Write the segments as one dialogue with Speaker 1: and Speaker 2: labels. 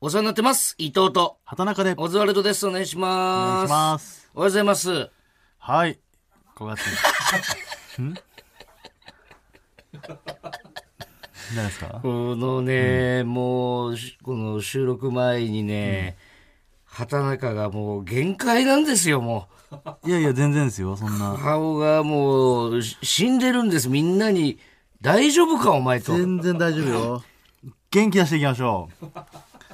Speaker 1: お世話になってます。伊藤と、
Speaker 2: 畑中でお願
Speaker 1: オズワルドです。お願いしま
Speaker 2: い
Speaker 1: す。
Speaker 2: します。
Speaker 1: おはようございます。
Speaker 2: はい。5月。 ん何ですか
Speaker 1: このね、もう、しこの収録前にね、畑中がもう限界なんですよ、もう。
Speaker 2: いやいや、全然ですよ、そんな。
Speaker 1: 顔がもう、し死んでるんです。みんなに、大丈夫か、お前と。
Speaker 2: 全然大丈夫よ。元気出していきましょう。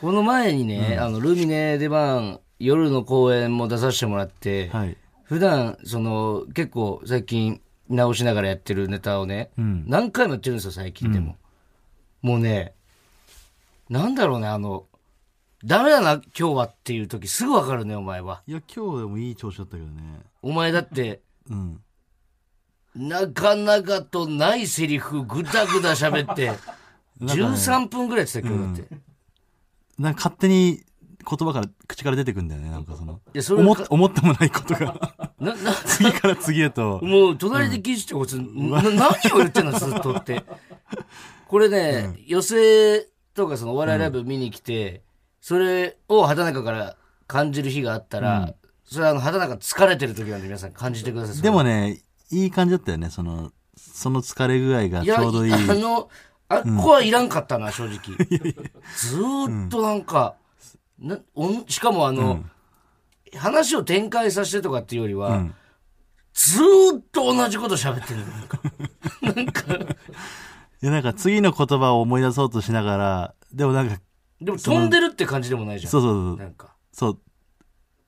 Speaker 1: この前にね、あの、ルミネ出番、夜の公演も出させてもらって、
Speaker 2: はい。
Speaker 1: 普段その結構最近直しながらやってるネタをね、
Speaker 2: うん
Speaker 1: 何回もやってるんですよ最近でも、もうねなんだろうねあのダメだな今日はっていう時すぐ分かるねお前はい
Speaker 2: や、今日でもいい調子だったけどね。
Speaker 1: お前だって
Speaker 2: うん。
Speaker 1: なかなかとないセリフぐだぐだ喋 って13分ぐらいやってた今日だって、
Speaker 2: なんか勝手に言葉から、口から出てくんだよね、なんかその。
Speaker 1: やそれ
Speaker 2: 思っ思ってもないことが。
Speaker 1: なな
Speaker 2: 次から次へと。
Speaker 1: もう隣で聞いてて、こいつ、な何を言ってんの、ずっとって。これね、寄席とかそのお笑いライブ見に来て、それを畑中から感じる日があったら、それはあの畑中疲れてる時なんで皆さん感じてください。
Speaker 2: でもね、いい感じだったよね、その、その疲れ具合が
Speaker 1: い
Speaker 2: ち
Speaker 1: や、
Speaker 2: ょうどいい。
Speaker 1: あの、あっこはいらんかったな、正 直。ずーっとなんか、なおんしかもあの、話を展開させてとかっていうよりは、
Speaker 2: ん
Speaker 1: ずーっと同じこと喋ってるのなんか
Speaker 2: いやなんか次の言葉を思い出そうとしながら、でもなんか、
Speaker 1: でも飛んでるって感じでもないじゃん。
Speaker 2: そうそうそ
Speaker 1: な
Speaker 2: う、
Speaker 1: んか。
Speaker 2: そう、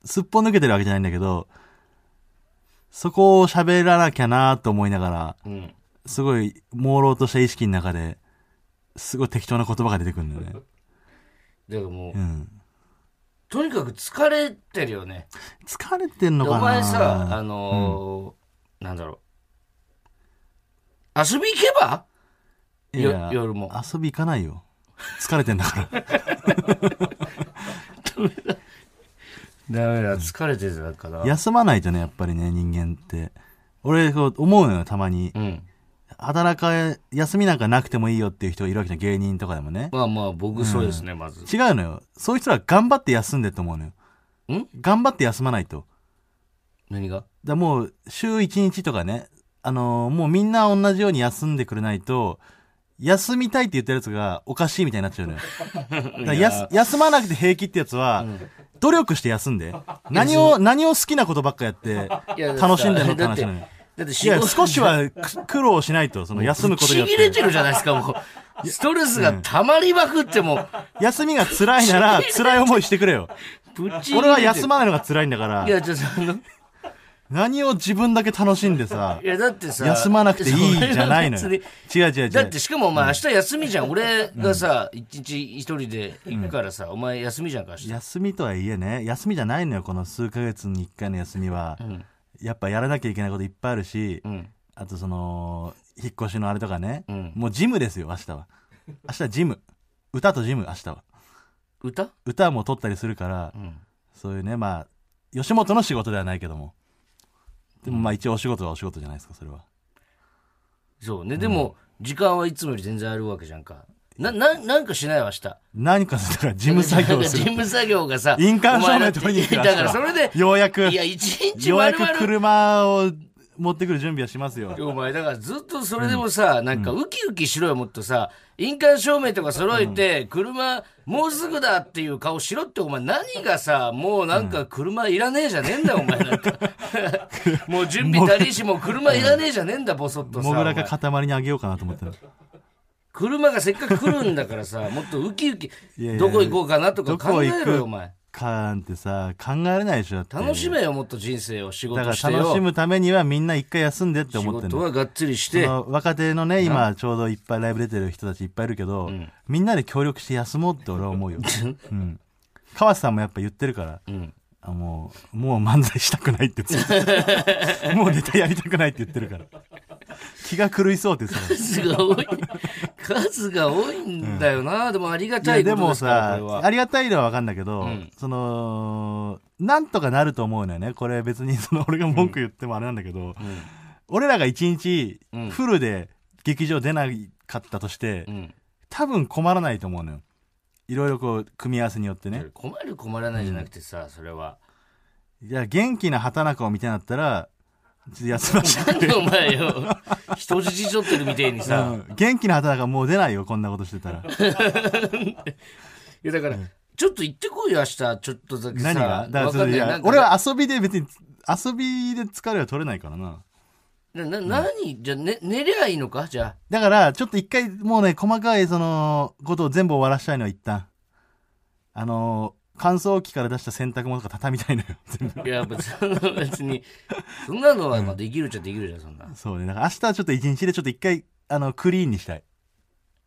Speaker 2: すっぽ抜けてるわけじゃないんだけど、そこを喋らなきゃなと思いながら、
Speaker 1: うん。
Speaker 2: すごい朦朧とした意識の中で、すごい適当な言葉が出てくるんだよね。
Speaker 1: だからもう、
Speaker 2: うん。
Speaker 1: とにかく疲れてるよね。
Speaker 2: 疲れてんの
Speaker 1: で
Speaker 2: かな
Speaker 1: お前さ、あのーなんだろう。遊び行けば
Speaker 2: いや
Speaker 1: よ夜も
Speaker 2: 遊び行かないよ。疲れてんだから。
Speaker 1: ダメだ、疲れてるだから。
Speaker 2: 休まないとね、やっぱりね、人間って。俺、こう思うのよ、たまに
Speaker 1: う。ん。
Speaker 2: 働か、休みなんかなくてもいいよっていう人いるわけじゃん、芸人とかでもね。
Speaker 1: まあまあ、僕そうですね、まず。
Speaker 2: 違うのよ。そういう人は頑張って休んでと思うのよ。
Speaker 1: ん
Speaker 2: 頑張って休まないと。
Speaker 1: 何が
Speaker 2: だからもう、週1日とかね、あのーもうみんな同じように休んでくれないと、休みたいって言ったやつがおかしいみたいになっち ゃうのよ。だからやす休まなくて平気ってやつは、努力して休んで。何を、何を好きなことばっかや って、
Speaker 1: いや
Speaker 2: 楽しんでるのって
Speaker 1: だって
Speaker 2: 話なのよ。
Speaker 1: だって
Speaker 2: い
Speaker 1: 仕
Speaker 2: や、
Speaker 1: 事、
Speaker 2: 少しはく苦労しないと、その休むことによ
Speaker 1: ちぎ
Speaker 2: っ
Speaker 1: れ
Speaker 2: て。
Speaker 1: てるじゃないですか、もう。ストレスが溜まりまくっても、
Speaker 2: 休みが辛いなら、辛い思いしてくれよ。
Speaker 1: ぶち切れてる
Speaker 2: 俺は休まないのが辛いんだから
Speaker 1: い。や、ちょっとあの、
Speaker 2: 何を自分だけ楽しんでさ
Speaker 1: い、や、だってさ。
Speaker 2: 休まなくていいじゃない の
Speaker 1: そ
Speaker 2: よ。
Speaker 1: れは
Speaker 2: 違
Speaker 1: 別に
Speaker 2: う違う違う。
Speaker 1: だってしかもお前明日休みじゃん。俺がさ、一日一人で行くからさ、お前休みじゃんか、明日。
Speaker 2: 休みとはいえね、休みじゃないのよ、この数ヶ月に1回の休みは。やっぱやらなきゃいけないこといっぱいあるし、
Speaker 1: ん
Speaker 2: あとその、引っ越しのあれとかね、
Speaker 1: ん
Speaker 2: もうジムですよ、明日は。明日はジム。歌とジム、明日は。
Speaker 1: 歌
Speaker 2: 歌も撮ったりするから、
Speaker 1: ん
Speaker 2: そういうね、まあ、吉本の仕事ではないけども。でもまあ一応お仕事はお仕事じゃないですか、それは。
Speaker 1: そうね。でも、時間はいつもより全然あるわけじゃんか。な、な、なんかしないわ、明日。
Speaker 2: 何かするら事務作業をす
Speaker 1: 事
Speaker 2: る。
Speaker 1: 務作業がさ、
Speaker 2: 印鑑証
Speaker 1: お前だ
Speaker 2: 明
Speaker 1: って
Speaker 2: 取りに行く
Speaker 1: だ
Speaker 2: ら
Speaker 1: からそれで、
Speaker 2: ようやく
Speaker 1: いや、一日
Speaker 2: ようや
Speaker 1: 丸
Speaker 2: く
Speaker 1: 々。
Speaker 2: 車を持ってくる準備はしますよ
Speaker 1: お前だからずっとそれでもさ、なんかウキウキしろよもっとさ印鑑証明とか揃えて、車もうすぐだっていう顔しろってお前何がさもうなんか車いらねえじゃねえんだ、お前なん かもう準備足りんしもう車いらねえじゃねえんだボソッとさ
Speaker 2: モグラが
Speaker 1: お前
Speaker 2: 塊にあげようかなと思ってる
Speaker 1: 車がせっかく来るんだからさ もっとウキウキ
Speaker 2: いやいや
Speaker 1: どこ行こうかなとか
Speaker 2: ど
Speaker 1: 考
Speaker 2: こ
Speaker 1: え
Speaker 2: 行
Speaker 1: ろ
Speaker 2: く
Speaker 1: よお前
Speaker 2: かなんてさ考えられないでしょだって
Speaker 1: 楽しめよもっと人生を仕
Speaker 2: だ
Speaker 1: 事し
Speaker 2: か
Speaker 1: て
Speaker 2: ら楽し
Speaker 1: よ
Speaker 2: むためにはみんな一回休んでって
Speaker 1: 仕
Speaker 2: 思ってん
Speaker 1: 事
Speaker 2: の
Speaker 1: はがっつりし
Speaker 2: そ
Speaker 1: て
Speaker 2: の若手のね今ちょうどいっぱいライブ出てる人たちいっぱいいるけど、みんなで協力して休もうって俺は 思うよ、うん、川瀬さんもやっぱ言ってるから、あもうもう漫才したくないってずっ ともうネタやりたくないって言ってるから気が狂いそうって言ってたから
Speaker 1: 数が多い。数が多いんだよな。でもありがたいこ
Speaker 2: で
Speaker 1: と
Speaker 2: も
Speaker 1: ですから、
Speaker 2: さ
Speaker 1: これは。
Speaker 2: ありがたいのは分かんだけど、そのなんとかなると思うのよねこれ別にその俺が文句言ってもあれなんだけど、俺らが一日フルで劇場出なかったとして、
Speaker 1: ん
Speaker 2: 多分困らないと思うのよいろいろこう組み合わせによってね
Speaker 1: 困る困らないじゃなくてさ、それは。
Speaker 2: いや元気な畑中を見てなったらちょっと休ませて
Speaker 1: なんでお前 よ、人質取ってるみてえに
Speaker 2: う
Speaker 1: さ。
Speaker 2: ん元気な畑中もう出ないよこんなことしてたら
Speaker 1: いやだから、ちょっと行ってこいよ、明日。ちょっとだけ さ。
Speaker 2: 何がだから
Speaker 1: わ
Speaker 2: ち
Speaker 1: かんな
Speaker 2: ょっと
Speaker 1: いいな
Speaker 2: や
Speaker 1: んか
Speaker 2: 俺は遊びで別に遊びで疲れは取れないからな
Speaker 1: な、な、何じゃあ、ね、寝りゃいいのかじゃ
Speaker 2: だからちょっと一回もうね細かいそのことを全部終わらしたいのは一旦あの乾燥機から出した洗濯物とか畳みたいのよ 全部
Speaker 1: あ。いや、別に、別にそんなのはまあできるっちゃできるじゃん、そんな。
Speaker 2: そうねだから明日はちょっと一日でちょっと一回あのクリーンにしたい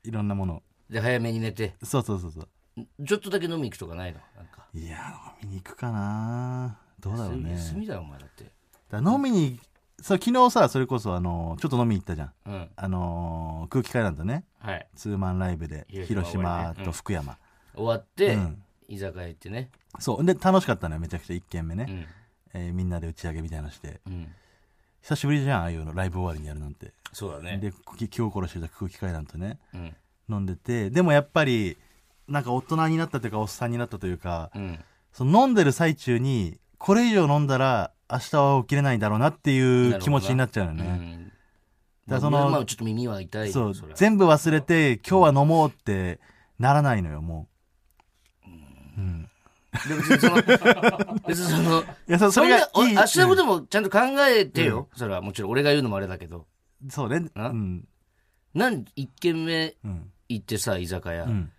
Speaker 2: いろんなものを
Speaker 1: で、早めに寝て、
Speaker 2: そうそうそうそう
Speaker 1: ちょっとだけ飲み行くとかないのなんか。
Speaker 2: いやー飲みに行くかなどうだろうね
Speaker 1: 休みだよ、お前だって。
Speaker 2: だから飲みにそう昨日さそれこそあのちょっと飲みに行ったじゃん
Speaker 1: うん。
Speaker 2: あのー空気階段とね
Speaker 1: はい。
Speaker 2: ツーマンライブで広
Speaker 1: 広島
Speaker 2: 島
Speaker 1: はね
Speaker 2: と福山、
Speaker 1: 終わって、
Speaker 2: うん
Speaker 1: 居酒屋行ってね。
Speaker 2: そうで楽しかったのよめちゃくちゃ1軒目
Speaker 1: う
Speaker 2: ね、
Speaker 1: ん。
Speaker 2: えーみんなで打ち上げみたいなのして
Speaker 1: うん。
Speaker 2: 久しぶりじゃんああいうのライブ終わりにやるなんて
Speaker 1: そうだね。
Speaker 2: でき今日殺してた空気階段とね
Speaker 1: うん。
Speaker 2: 飲んでてでもやっぱりなんか大人になったというかおっさんになったというか
Speaker 1: うん。
Speaker 2: その飲んでる最中にこれ以上飲んだら明日は起きれないだろうなっていう気持ちになっちゃうよ
Speaker 1: う
Speaker 2: ね、
Speaker 1: ん。
Speaker 2: だから
Speaker 1: そ
Speaker 2: そ
Speaker 1: の、ま
Speaker 2: の
Speaker 1: あまあちょっと耳は痛いよ
Speaker 2: そう
Speaker 1: そりゃ
Speaker 2: 全部忘れて今日は飲もうってならないのよも
Speaker 1: で別にそ の、別にその、
Speaker 2: ういやそ
Speaker 1: そ
Speaker 2: そ
Speaker 1: れ
Speaker 2: れ
Speaker 1: が
Speaker 2: が
Speaker 1: お
Speaker 2: いい
Speaker 1: 明日のこともちゃんと考えてよ。それはもちろん俺が言うのもあれだけど。
Speaker 2: そうねう
Speaker 1: あ
Speaker 2: ん
Speaker 1: なん、一軒目
Speaker 2: うん
Speaker 1: 行ってさ、居酒屋。
Speaker 2: うん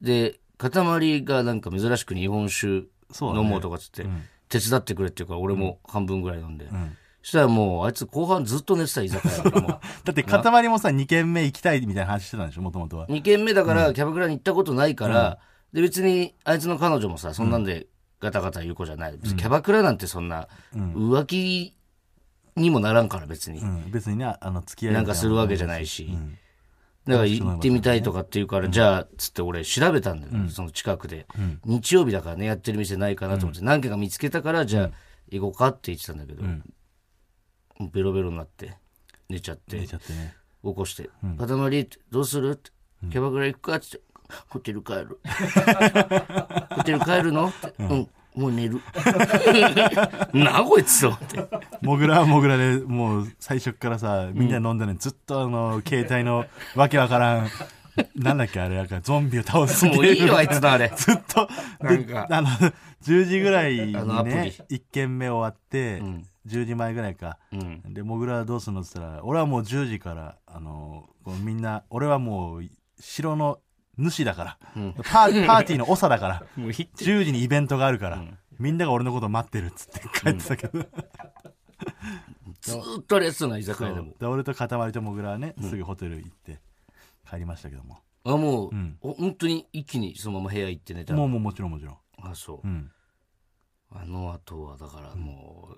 Speaker 1: で、塊がなんか珍しく日本酒
Speaker 2: そうだ
Speaker 1: 飲
Speaker 2: ね
Speaker 1: もうとかっつって、手伝ってくれっていうから俺も半分ぐらい飲んで。
Speaker 2: ん
Speaker 1: したらもう、あいつ後半ずっと寝てた居酒屋でもう。
Speaker 2: だって塊もさ2軒目行きたいみたいな話してたんでしょもともとは
Speaker 1: 2軒目だからキャバクラに行ったことないから、で別にあいつの彼女もさそんなんでガタガタ言う子じゃない、別にキャバクラなんてそんな浮気にもならんから別に、
Speaker 2: うん別にねあの付き合い
Speaker 1: なんかするわけじゃないいし、だから行ってみたいとかって言うから、じゃあつって俺調べたんだよ、その近くで、日曜日だからねやってる店ないかなと思って、何軒か見つけたからじゃあ行こうかって言ってたんだけど、もうベロベロになって寝ちゃって
Speaker 2: 出ちゃってね
Speaker 1: 起こして「塊ってどうする?」って「キャバクラ行くか?」っつ って「ホテル帰る」 「ホテル帰るの?」って「うんもう寝る」 「なあこいつ」と思って
Speaker 2: もぐらはもぐらでもう最初っからさみんな飲んだのにずっとあの携帯のわけわからんなんだっけあれなんかゾンビを倒
Speaker 1: 「
Speaker 2: す
Speaker 1: もういいよあいつのあれ」
Speaker 2: ずっと、
Speaker 1: なん
Speaker 2: で
Speaker 1: か
Speaker 2: あの、10時ぐらいに
Speaker 1: あのアプ
Speaker 2: ね
Speaker 1: リ、
Speaker 2: 1軒目終わって、10時前ぐらいか。
Speaker 1: うん
Speaker 2: で、もぐらはどうするのって言ったら、俺はもう10時から、あの、こうみんな、俺はもう、城の主だから、パーパーティーの長だから、
Speaker 1: もうい
Speaker 2: 10時にイベントがあるから、みんなが俺のこと待ってるっつって帰ってたけど、
Speaker 1: ずーっとあれやってたな居酒屋でも
Speaker 2: で俺と塊ともぐらはね、すぐホテル行って帰りましたけども。
Speaker 1: あもう、
Speaker 2: ん
Speaker 1: ほ本当に一気にそのまま部屋行って寝た
Speaker 2: もうもうもちろんもちろん。
Speaker 1: あそう、
Speaker 2: うん。
Speaker 1: あの後はだからも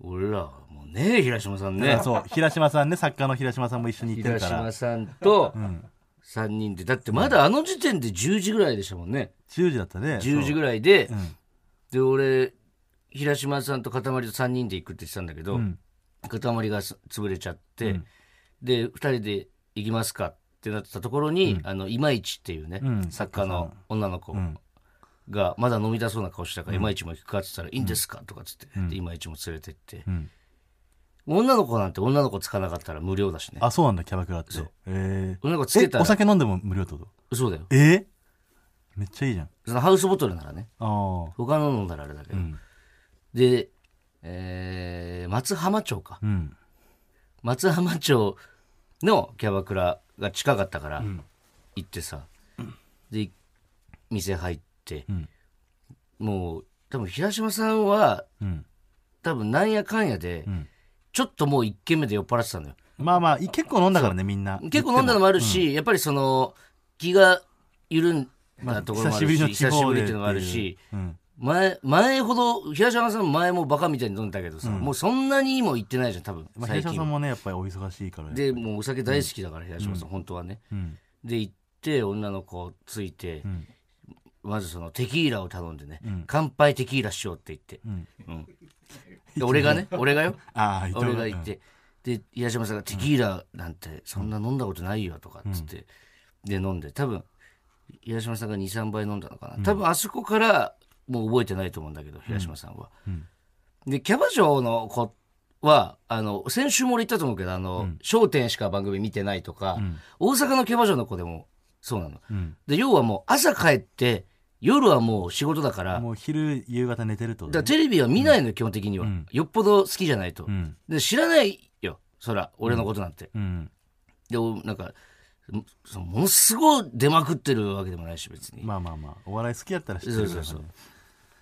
Speaker 1: う、俺らはもうねえ平島さん
Speaker 2: だか
Speaker 1: ね
Speaker 2: らそう、平島さんね、作家の平島さんも一緒に行って
Speaker 1: 平
Speaker 2: るか
Speaker 1: 島。
Speaker 2: ら
Speaker 1: さんと3人でだってまだあの時点で10時ぐらいでしたもんね、
Speaker 2: 10時だった ね。
Speaker 1: 10時ぐらいで、で俺平島さんと塊と3人で行くって言ってたんだけど、塊がす潰れちゃって、で2人で行きますかってなってたところに、あの今市っていうね、
Speaker 2: ん
Speaker 1: 作家の女の子がまだ飲みたそうな顔してたから、今市も行くかって言ったら、いいんですかとかっつって、で今市も連れてって、
Speaker 2: ん
Speaker 1: 女の子なんて女の子つかなかったら無料だしね
Speaker 2: あ、そうなんだ、キャバクラって。え
Speaker 1: 女の子つけ
Speaker 2: え
Speaker 1: た
Speaker 2: お
Speaker 1: ら
Speaker 2: 酒飲んでも無料ってこと
Speaker 1: そうだよ
Speaker 2: えーめっちゃいいじゃん。
Speaker 1: そのハウスボトルならね
Speaker 2: ああ。
Speaker 1: 他の飲んだらあれだけど、で、えー松浜町か
Speaker 2: うん。
Speaker 1: 松浜町のキャバクラが近かったから行ってさ、で店入って、もう多分平島さんは
Speaker 2: うん。
Speaker 1: 多分なんやかんやで、ちょっともう1軒目で酔っ払ってたのよ
Speaker 2: まあまあ、い結構飲んだからね、みんな。
Speaker 1: 結構飲んだのもあるし、やっぱりその気が緩んだところもあるし、
Speaker 2: まあ久
Speaker 1: 久
Speaker 2: し
Speaker 1: し
Speaker 2: ぶ
Speaker 1: ぶり
Speaker 2: りの地方で
Speaker 1: っていうのもあるし、
Speaker 2: うん。
Speaker 1: 前前ほど平島さんも前もバカみたいに飲んだけどさ、もうそんなにも行ってないじゃん多分
Speaker 2: まあ、
Speaker 1: 最
Speaker 2: 平
Speaker 1: 近
Speaker 2: 島さんもね、やっぱりお忙しいから。
Speaker 1: でもうお酒大好きだから、平島さん本当はね、
Speaker 2: ん
Speaker 1: で行って女の子ついて、
Speaker 2: ん
Speaker 1: まずそのテキーラを頼んでね、乾杯テキーラしようって言って、うんで俺 がね俺がよ
Speaker 2: ああ、伊藤
Speaker 1: 俺が言っ。て、で、平島さんがテキーラなんてそんな飲んだことないよとかっつって、で、飲んで、多分、平島さんが23杯飲んだのかな多分あそこからもう覚えてないと思うんだけど平島さんは、でキャバ嬢の子はあの先週も俺言ったと思うけど「あの笑点」しか番組見てないとか、大阪のキャバ嬢の子でもそうなの、
Speaker 2: ん
Speaker 1: で要はもう朝帰って夜はもう仕事だから、
Speaker 2: もう昼夕方寝てるってこと
Speaker 1: だから
Speaker 2: ね
Speaker 1: テレビは見ないのよ、基本的には、よっぽど好きじゃないと、
Speaker 2: うん
Speaker 1: で知らないよそら俺のことなんて、
Speaker 2: うん
Speaker 1: でおなんかんそのものすごい出まくってるわけでもないし別に、
Speaker 2: まあまあまあお笑い好きやったら知ってるからね
Speaker 1: そうそう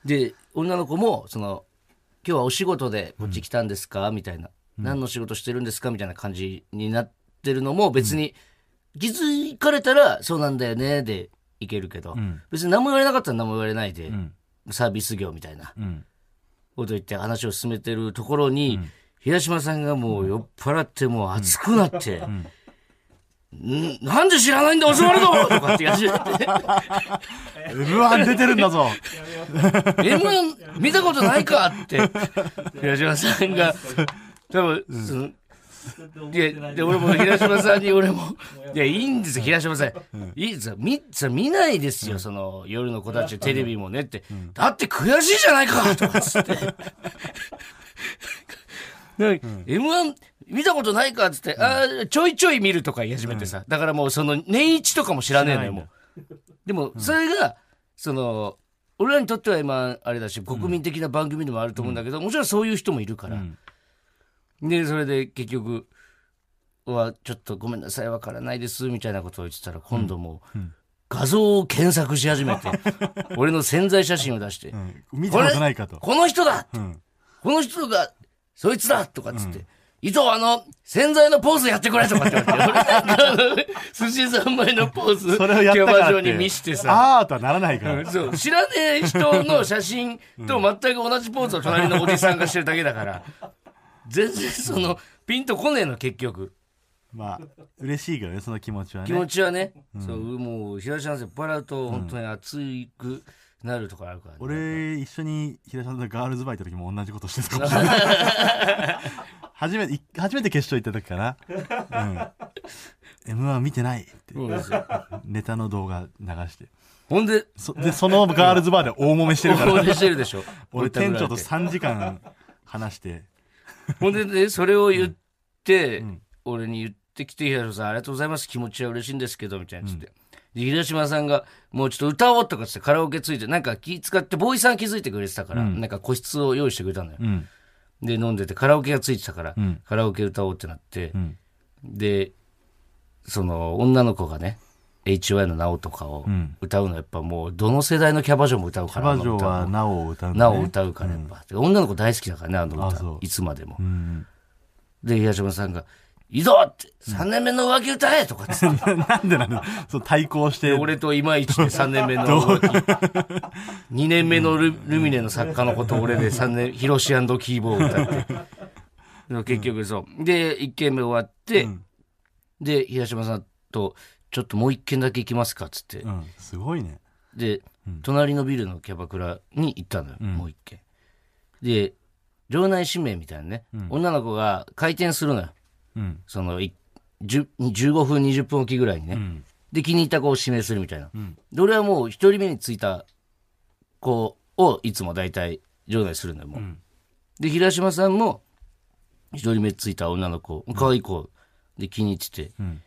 Speaker 1: で女の子もその「今日はお仕事でこっち来たんですか?」みたいな、何の仕事してるんですか?」みたいな感じになってるのも別に、気づかれたら「そうなんだよね」でいけるけど、
Speaker 2: ん
Speaker 1: 別に何も言われなかったら何も言われないで、
Speaker 2: ん
Speaker 1: サービス業みたいな
Speaker 2: うん
Speaker 1: こと言って話を進めてるところに、平島さんがもう酔っ払ってもう熱くなって、んなんで知らないんだ教わるのとかって言い始めて。
Speaker 2: M1 出てるんだぞ
Speaker 1: M1 見たことないかって、平島さんが、多分、その、いや、で、俺も平島さんに俺も、いや、いいんですよ、平島さん。いいですよ、見、さ見ないですよ、その、夜の子たち、テレビもねって。だって悔しいじゃないかとかっつって。で M1 見たことないかっつって、あーちょいちょい見るとか言い始めてさ。だからもうその、年一とかも知らねえのよ、もう。でも、それが、その、俺らにとっては今、あれだし、国民的な番組でもあると思うんだけど、もちろんそういう人もいるから。で、それで結局は、ちょっとごめんなさい、わからないです、みたいなことを言ってたら、今度もう、画像を検索し始め て、俺の潜在写真を出して、
Speaker 2: うん見たことないかと
Speaker 1: この人だ
Speaker 2: うん
Speaker 1: この人が、そいつだとかっつって、伊藤あの、潜在のポーズやってくれとかって言 われて、寿司三昧のポーズ、
Speaker 2: それをやったからっ
Speaker 1: キャバ嬢
Speaker 2: て
Speaker 1: に見してさ、
Speaker 2: あーとはならないから
Speaker 1: そう知らねえ人の写真と全く同じポーズを隣のおじさんがしてるだけだから全然そのピンとこねえの結局
Speaker 2: まあ嬉しいけどねその気持ちは
Speaker 1: 気持
Speaker 2: ね
Speaker 1: ちはね、そうもう東山さん酔っ払うと本当に熱くなるとかあるから、ね
Speaker 2: 俺一緒に平さんとガールズバイ行った時も同じことしてたかもしれない 初めてい初めて決勝行った時かなうん M1 見てないって
Speaker 1: そうですよ
Speaker 2: ネタの動画流して
Speaker 1: ほんで
Speaker 2: そでそのガールズバーで大揉めしてるから
Speaker 1: 応援してるでしょ
Speaker 2: 俺店長と
Speaker 1: ぼったくられて
Speaker 2: 3時間話して
Speaker 1: ほんでねそれを言って、
Speaker 2: ん
Speaker 1: 俺に言ってきて平島さんありがとうございます気持ちは嬉しいんですけどみたいなっつって、で平島さんが「もうちょっと歌おう」とかっつってカラオケついてなんか気使ってボーイさん気づいてくれてたから、なんか個室を用意してくれたのよ、
Speaker 2: うん
Speaker 1: で飲んでてカラオケがついてたから、
Speaker 2: ん
Speaker 1: カラオケ歌おうってなって、
Speaker 2: ん
Speaker 1: でその女の子がね HY の「なお」とかを
Speaker 2: ん
Speaker 1: 歌うのやっぱもうどの世代のキャバ嬢も歌うか
Speaker 2: キャ
Speaker 1: ら
Speaker 2: バ嬢はなおを歌うんだね
Speaker 1: なお歌うからやっぱ、女の子大好きだからねあの
Speaker 2: あ
Speaker 1: 歌
Speaker 2: そう
Speaker 1: いつまでも、
Speaker 2: うん
Speaker 1: で、東島さんが、いいぞって、3年目の浮気歌えとかっつって、
Speaker 2: なんでなんだそう対抗して
Speaker 1: 俺と今市で3年目の浮気。2年目のルルミネの作家のこと俺で3年、ヒロシキーボーを歌って。でも結局そう。で、1軒目終わって、で、東島さんと、ちょっともう1軒だけ行きますかっつって
Speaker 2: う。んすごいね
Speaker 1: で、隣のビルのキャバクラに行ったのよ、もう1軒。で、場内指名みたいなね、女の子が回転するのよ。
Speaker 2: うん
Speaker 1: そのい10 15分、20分おきぐらいにね、
Speaker 2: ん
Speaker 1: で、気に入った子を指名するみたいな。で、俺はもう一人目についた子をいつも大体場内するのよ、もう。で、平島さんも一人目ついた女の子、可愛い子で気に入ってて。
Speaker 2: ん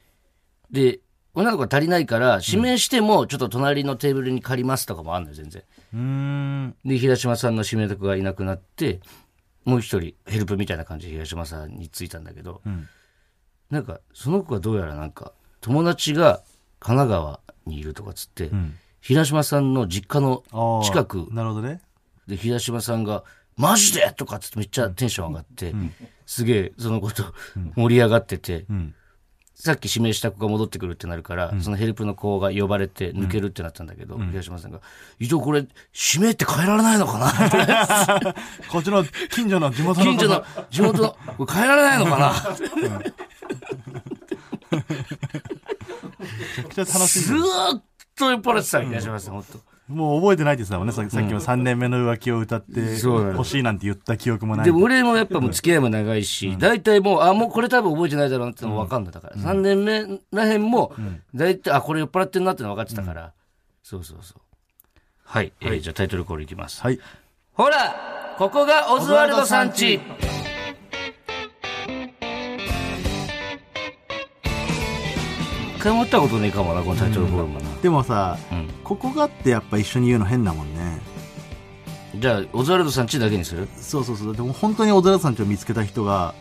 Speaker 1: で、女の子が足りないから、指名してもちょっと隣のテーブルに借りますとかもあんのよ、全然。
Speaker 2: うーん
Speaker 1: で、平島さんの指名役がいなくなって、もう一人ヘルプみたいな感じで平島さんについたんだけど、
Speaker 2: ん
Speaker 1: なんか、その子がどうやらなんか、友達が神奈川にいるとかっつって、平島さんの実家の
Speaker 2: ああ
Speaker 1: 近く
Speaker 2: なるほどね
Speaker 1: で、平島さんが、マジでとかっつってめっちゃテンション上がって、すげえそのこと盛り上がってて、
Speaker 2: ん
Speaker 1: さっき指名した子が戻ってくるってなるから、そのヘルプの子が呼ばれて抜けるってなったんだけど、平島さんが、伊藤これ指名って変えられないのかな
Speaker 2: こっちの近所の地元の
Speaker 1: 近所の 地元のこれ変えられないのかな
Speaker 2: めちゃくちゃ楽し
Speaker 1: ず
Speaker 2: んでる
Speaker 1: ーっと酔っ払ってた東山さん本
Speaker 2: もう覚えてないですもんねささっきも3年目の浮気を歌って
Speaker 1: そうなの
Speaker 2: 欲しいなんて言った記憶も
Speaker 1: 当
Speaker 2: ない
Speaker 1: でも俺もやっぱもう付き合いも長いし大体もうあもうこれ多分覚えてないだろうなってのも分かんだだから3年目らへんも大体あこれ酔っ払ってんなっての分かってたからそうそうそう。はい。えーじゃあタイトルコールいきます。
Speaker 2: はい。
Speaker 1: ほらここがオズワルドさんち一回も会ったことねえかもな、このタイトルコールもな。
Speaker 2: でもさ、
Speaker 1: ん
Speaker 2: ここがってやっぱ一緒に言うの変だもんね。
Speaker 1: じゃあ、オズワルドさんちだけにする
Speaker 2: そうそうそう。でも本当に小寺さんちを見つけた人が、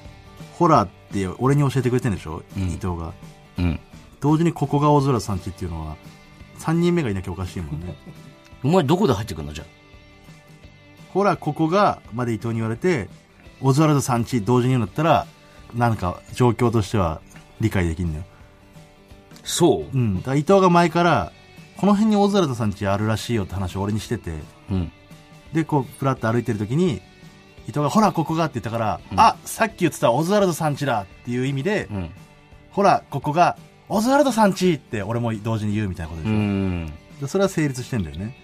Speaker 2: ホラーって俺に教えてくれてるんでしょ、伊藤が。
Speaker 1: うん。
Speaker 2: 同時にここが小空さんちっていうのは、3人目がいなきゃおかしいも んね。
Speaker 1: お前どこで入ってくんのじゃ
Speaker 2: ほら、ここが、まで伊藤に言われて、オズワルドさんち同時に言うんだったら、なんか状況としては理解できんのよ。
Speaker 1: あ。そ
Speaker 2: うん。だから伊藤が前から、この辺にオズワルドさんちあるらしいよって話を俺にしてて、
Speaker 1: う。うん。
Speaker 2: で、こう、プラッと歩いてる時に、伊藤が、ほら、ここがって言ったから、あ、さっき言ってたオズワルドさんちだっていう意味で、
Speaker 1: うん。
Speaker 2: ほら、ここが、オズワルドさんちって俺も同時に言うみたいなこと
Speaker 1: う
Speaker 2: でしょ。
Speaker 1: ん。
Speaker 2: でそれは成立してんだよね。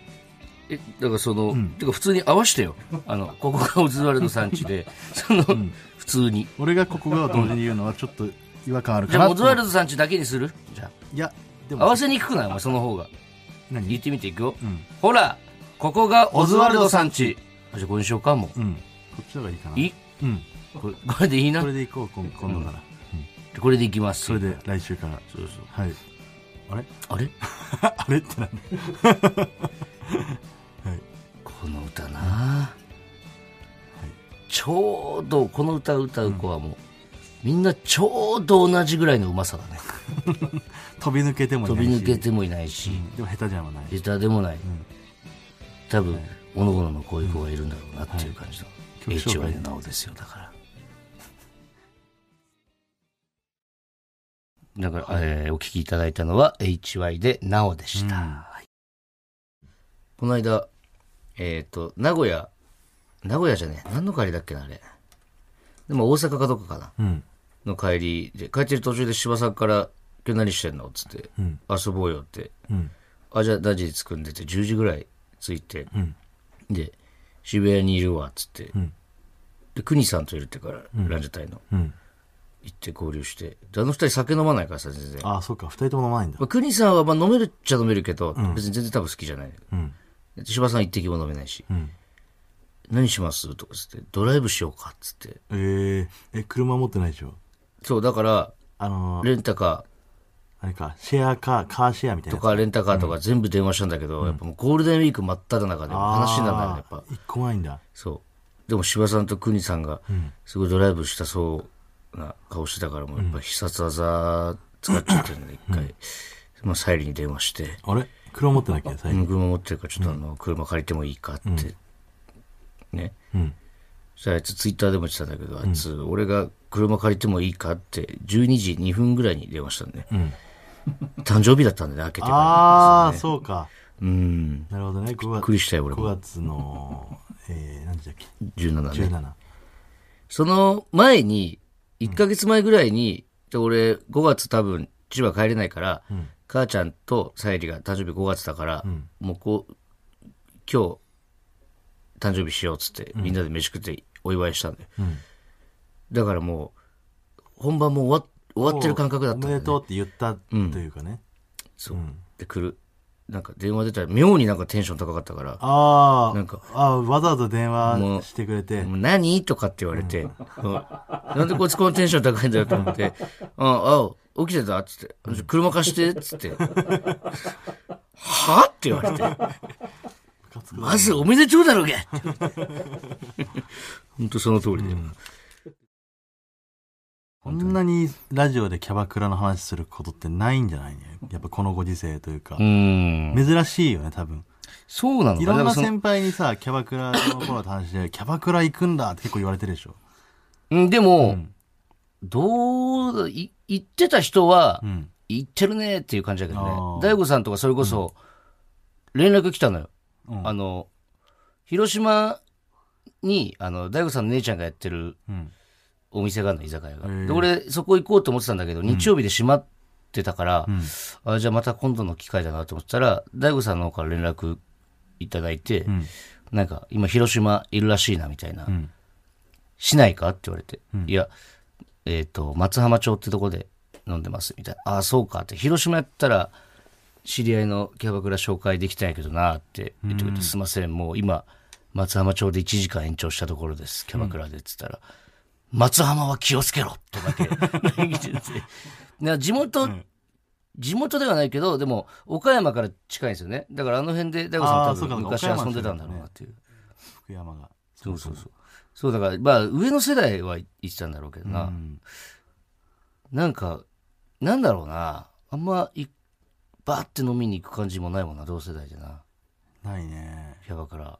Speaker 1: え、だからその、
Speaker 2: うん
Speaker 1: てか普通に合わしてよ。あの、ここがオズワルドさんちで、その、
Speaker 2: ん
Speaker 1: 普通に。
Speaker 2: 俺がここが同時に言うのはちょっと違和感ある
Speaker 1: じ
Speaker 2: か
Speaker 1: ゃ
Speaker 2: な
Speaker 1: あ、オズワル
Speaker 2: い
Speaker 1: ドさんちだけにするじゃ
Speaker 2: や、で
Speaker 1: あ、合
Speaker 2: も、
Speaker 1: わせにくくないお前その方が。言
Speaker 2: 何
Speaker 1: ってみていくよ。
Speaker 2: うん。
Speaker 1: ほら、ここがオズワルドさんち。あじゃあ、これにしようか、も
Speaker 2: うん。こっちの方がいいかな。
Speaker 1: う。いい
Speaker 2: うん。
Speaker 1: これこれでいいな
Speaker 2: こ。れでいこう、今今度から。
Speaker 1: これでいきます。
Speaker 2: それで来週から。
Speaker 1: そうそう。
Speaker 2: はい。あれ
Speaker 1: あれ
Speaker 2: あれってなんだ
Speaker 1: この歌な、ちょうどこの歌を歌う子はもう、みんなちょうど同じぐらいのうまさだね
Speaker 2: 飛び抜けてもい
Speaker 1: 飛
Speaker 2: ない
Speaker 1: び
Speaker 2: し。
Speaker 1: 抜けてもいないし、
Speaker 2: うんでも下手じゃない。
Speaker 1: 下手でもない、多分おのおののこういう子がいるんだろうなっていう感じの、
Speaker 2: 曲紹介
Speaker 1: HY のなおですよだからだから、えーお聞きいただいたのは HY でなおでした、
Speaker 2: うん
Speaker 1: はいこの間えっ、と名古屋名古屋じゃねえ何の帰りだっけなあれでも大阪かどこかな
Speaker 2: うん。
Speaker 1: の帰りで帰ってる途中で柴さんから「今日何してんの?」っつって
Speaker 2: うん。
Speaker 1: 「遊ぼうよ」って
Speaker 2: うん。
Speaker 1: あ、じゃあ、ダジ作んでて、10時ぐらい着いて、
Speaker 2: ん
Speaker 1: で、渋谷にいるわ、っつって、
Speaker 2: ん
Speaker 1: で、国さんといるってから、ランジャタイの、
Speaker 2: うん。
Speaker 1: 行って合流して、で、あの二人酒飲まないからさ、全然。
Speaker 2: ああ、そっか。二人とも飲まないんだ
Speaker 1: ま。あ、国さんはまあ飲めるっちゃ飲めるけど、別に全然多分好きじゃない。
Speaker 2: うん。
Speaker 1: で柴さん一滴も飲めないし、
Speaker 2: うん。
Speaker 1: 何しますとかつって、ドライブしようか、っつって。
Speaker 2: えー、え、車持ってないでしょ
Speaker 1: そう、だから、
Speaker 2: あのー、
Speaker 1: レンタカ
Speaker 2: あれか、シェアカー、カーシェアみたい
Speaker 1: ーと
Speaker 2: な。
Speaker 1: か、レンタカーとか全部電話したんだけど、やっぱもうゴールデンウィーク真っ只中で話にならないよね、やっぱ。
Speaker 2: 一個もないんだ。
Speaker 1: そう。でも柴さんと邦さんが、すごいドライブしたそうな顔してたから、もうやっぱ必殺技使っちゃってるんで、一回。まあ、サイリに電話して、
Speaker 2: あれ車持ってなきゃ、最
Speaker 1: う
Speaker 2: 近。
Speaker 1: ん車持ってるから、ちょっとあの、車借りてもいいかって。ね。
Speaker 2: うん。
Speaker 1: そしたらあいつツイッターでも言ってたんだけど、あいつ、俺が車借りてもいいかって、12時2分ぐらいに電話したんで。
Speaker 2: ん
Speaker 1: 誕生日だったんでね、開けてから。
Speaker 2: ああ、そうか。
Speaker 1: うん。
Speaker 2: なるほどね。
Speaker 1: びっ
Speaker 2: 5月
Speaker 1: くりしたよ、俺
Speaker 2: 5
Speaker 1: も。
Speaker 2: 月の、えー、何時だっけ
Speaker 1: 17ね。
Speaker 2: ?17。
Speaker 1: その前に、1ヶ月前ぐらいに、で俺5月多分千葉帰れないから、母ちゃんとさゆりが誕生日5月だから、もうこう、今日誕生日しようっつって、みんなで飯食ってお祝いしたんだよ。だからもう、本番もう終わ終わってる感覚だったん
Speaker 2: お
Speaker 1: だ
Speaker 2: め
Speaker 1: よ
Speaker 2: で
Speaker 1: ね。
Speaker 2: とうって言ったというかね。
Speaker 1: そう。で、来る。なんか電話出たら、妙になんかテンション高かったから、
Speaker 2: ああ、
Speaker 1: なんか
Speaker 2: ああ、わざわざ電話してくれて。
Speaker 1: もう何とかって言われて、うんなんでこいつこのテンション高いんだよと思って、ああ、起きてたっつって、車貸してっつって、はって言われて、まずおめでとうだろうが本当その通りで。
Speaker 2: こんなにラジオでキャバクラの話することってないんじゃないね。やっぱこのご時世というか
Speaker 1: う。ん。
Speaker 2: 珍しいよね、多分。
Speaker 1: そうなの
Speaker 2: い
Speaker 1: か
Speaker 2: ろん
Speaker 1: な
Speaker 2: なん
Speaker 1: かその
Speaker 2: 先輩にさ、キャバクラの頃の話で、キャバクラ行くんだって結構言われてるでしょ。
Speaker 1: うんでも、どうだ、い言ってた人は
Speaker 2: う、ん。
Speaker 1: 言ってるねっていう感じだけどね
Speaker 2: あー。
Speaker 1: 大悟さんとかそれこそ、連絡来たのよ。
Speaker 2: うん
Speaker 1: あの、広島に、あの、大悟さんの姉ちゃんがやってる
Speaker 2: うん。
Speaker 1: お店があるの、居酒屋が。
Speaker 2: へえ
Speaker 1: で、俺、そこ行こうと思ってたんだけど、日曜日で閉まってたから、あじゃあまた今度の機会だなと思ってたら、大悟さんの方から連絡いただいて、
Speaker 2: ん
Speaker 1: なんか、今広島いるらしいな、みたいな。
Speaker 2: ん
Speaker 1: 市内かって言われて、いや、えっ、と、松浜町ってとこで飲んでます、みたいな。ああ、そうかって。広島やったら、知り合いのキャバクラ紹介できたんやけどなって言ってくれて、すいません、もう今、松浜町で1時間延長したところです、キャバクラでって言ったら、松浜は気をつけろとだけ 言っててな地元、地元ではないけど、でも、岡山から近いんですよね。だからあの辺で、大悟さん
Speaker 2: あー
Speaker 1: 多
Speaker 2: そうか
Speaker 1: 分昔
Speaker 2: 岡山
Speaker 1: 遊んでたんだろうなっていう。
Speaker 2: 福山が。
Speaker 1: そうそうそう。そうだから、まあ、上の世代は行ってたんだろうけどな。
Speaker 2: うん
Speaker 1: なんか、なんだろうな。あんまい、バーって飲みに行く感じもないもんな、同世代でな。
Speaker 2: ないね。
Speaker 1: キャバクラ。
Speaker 2: だか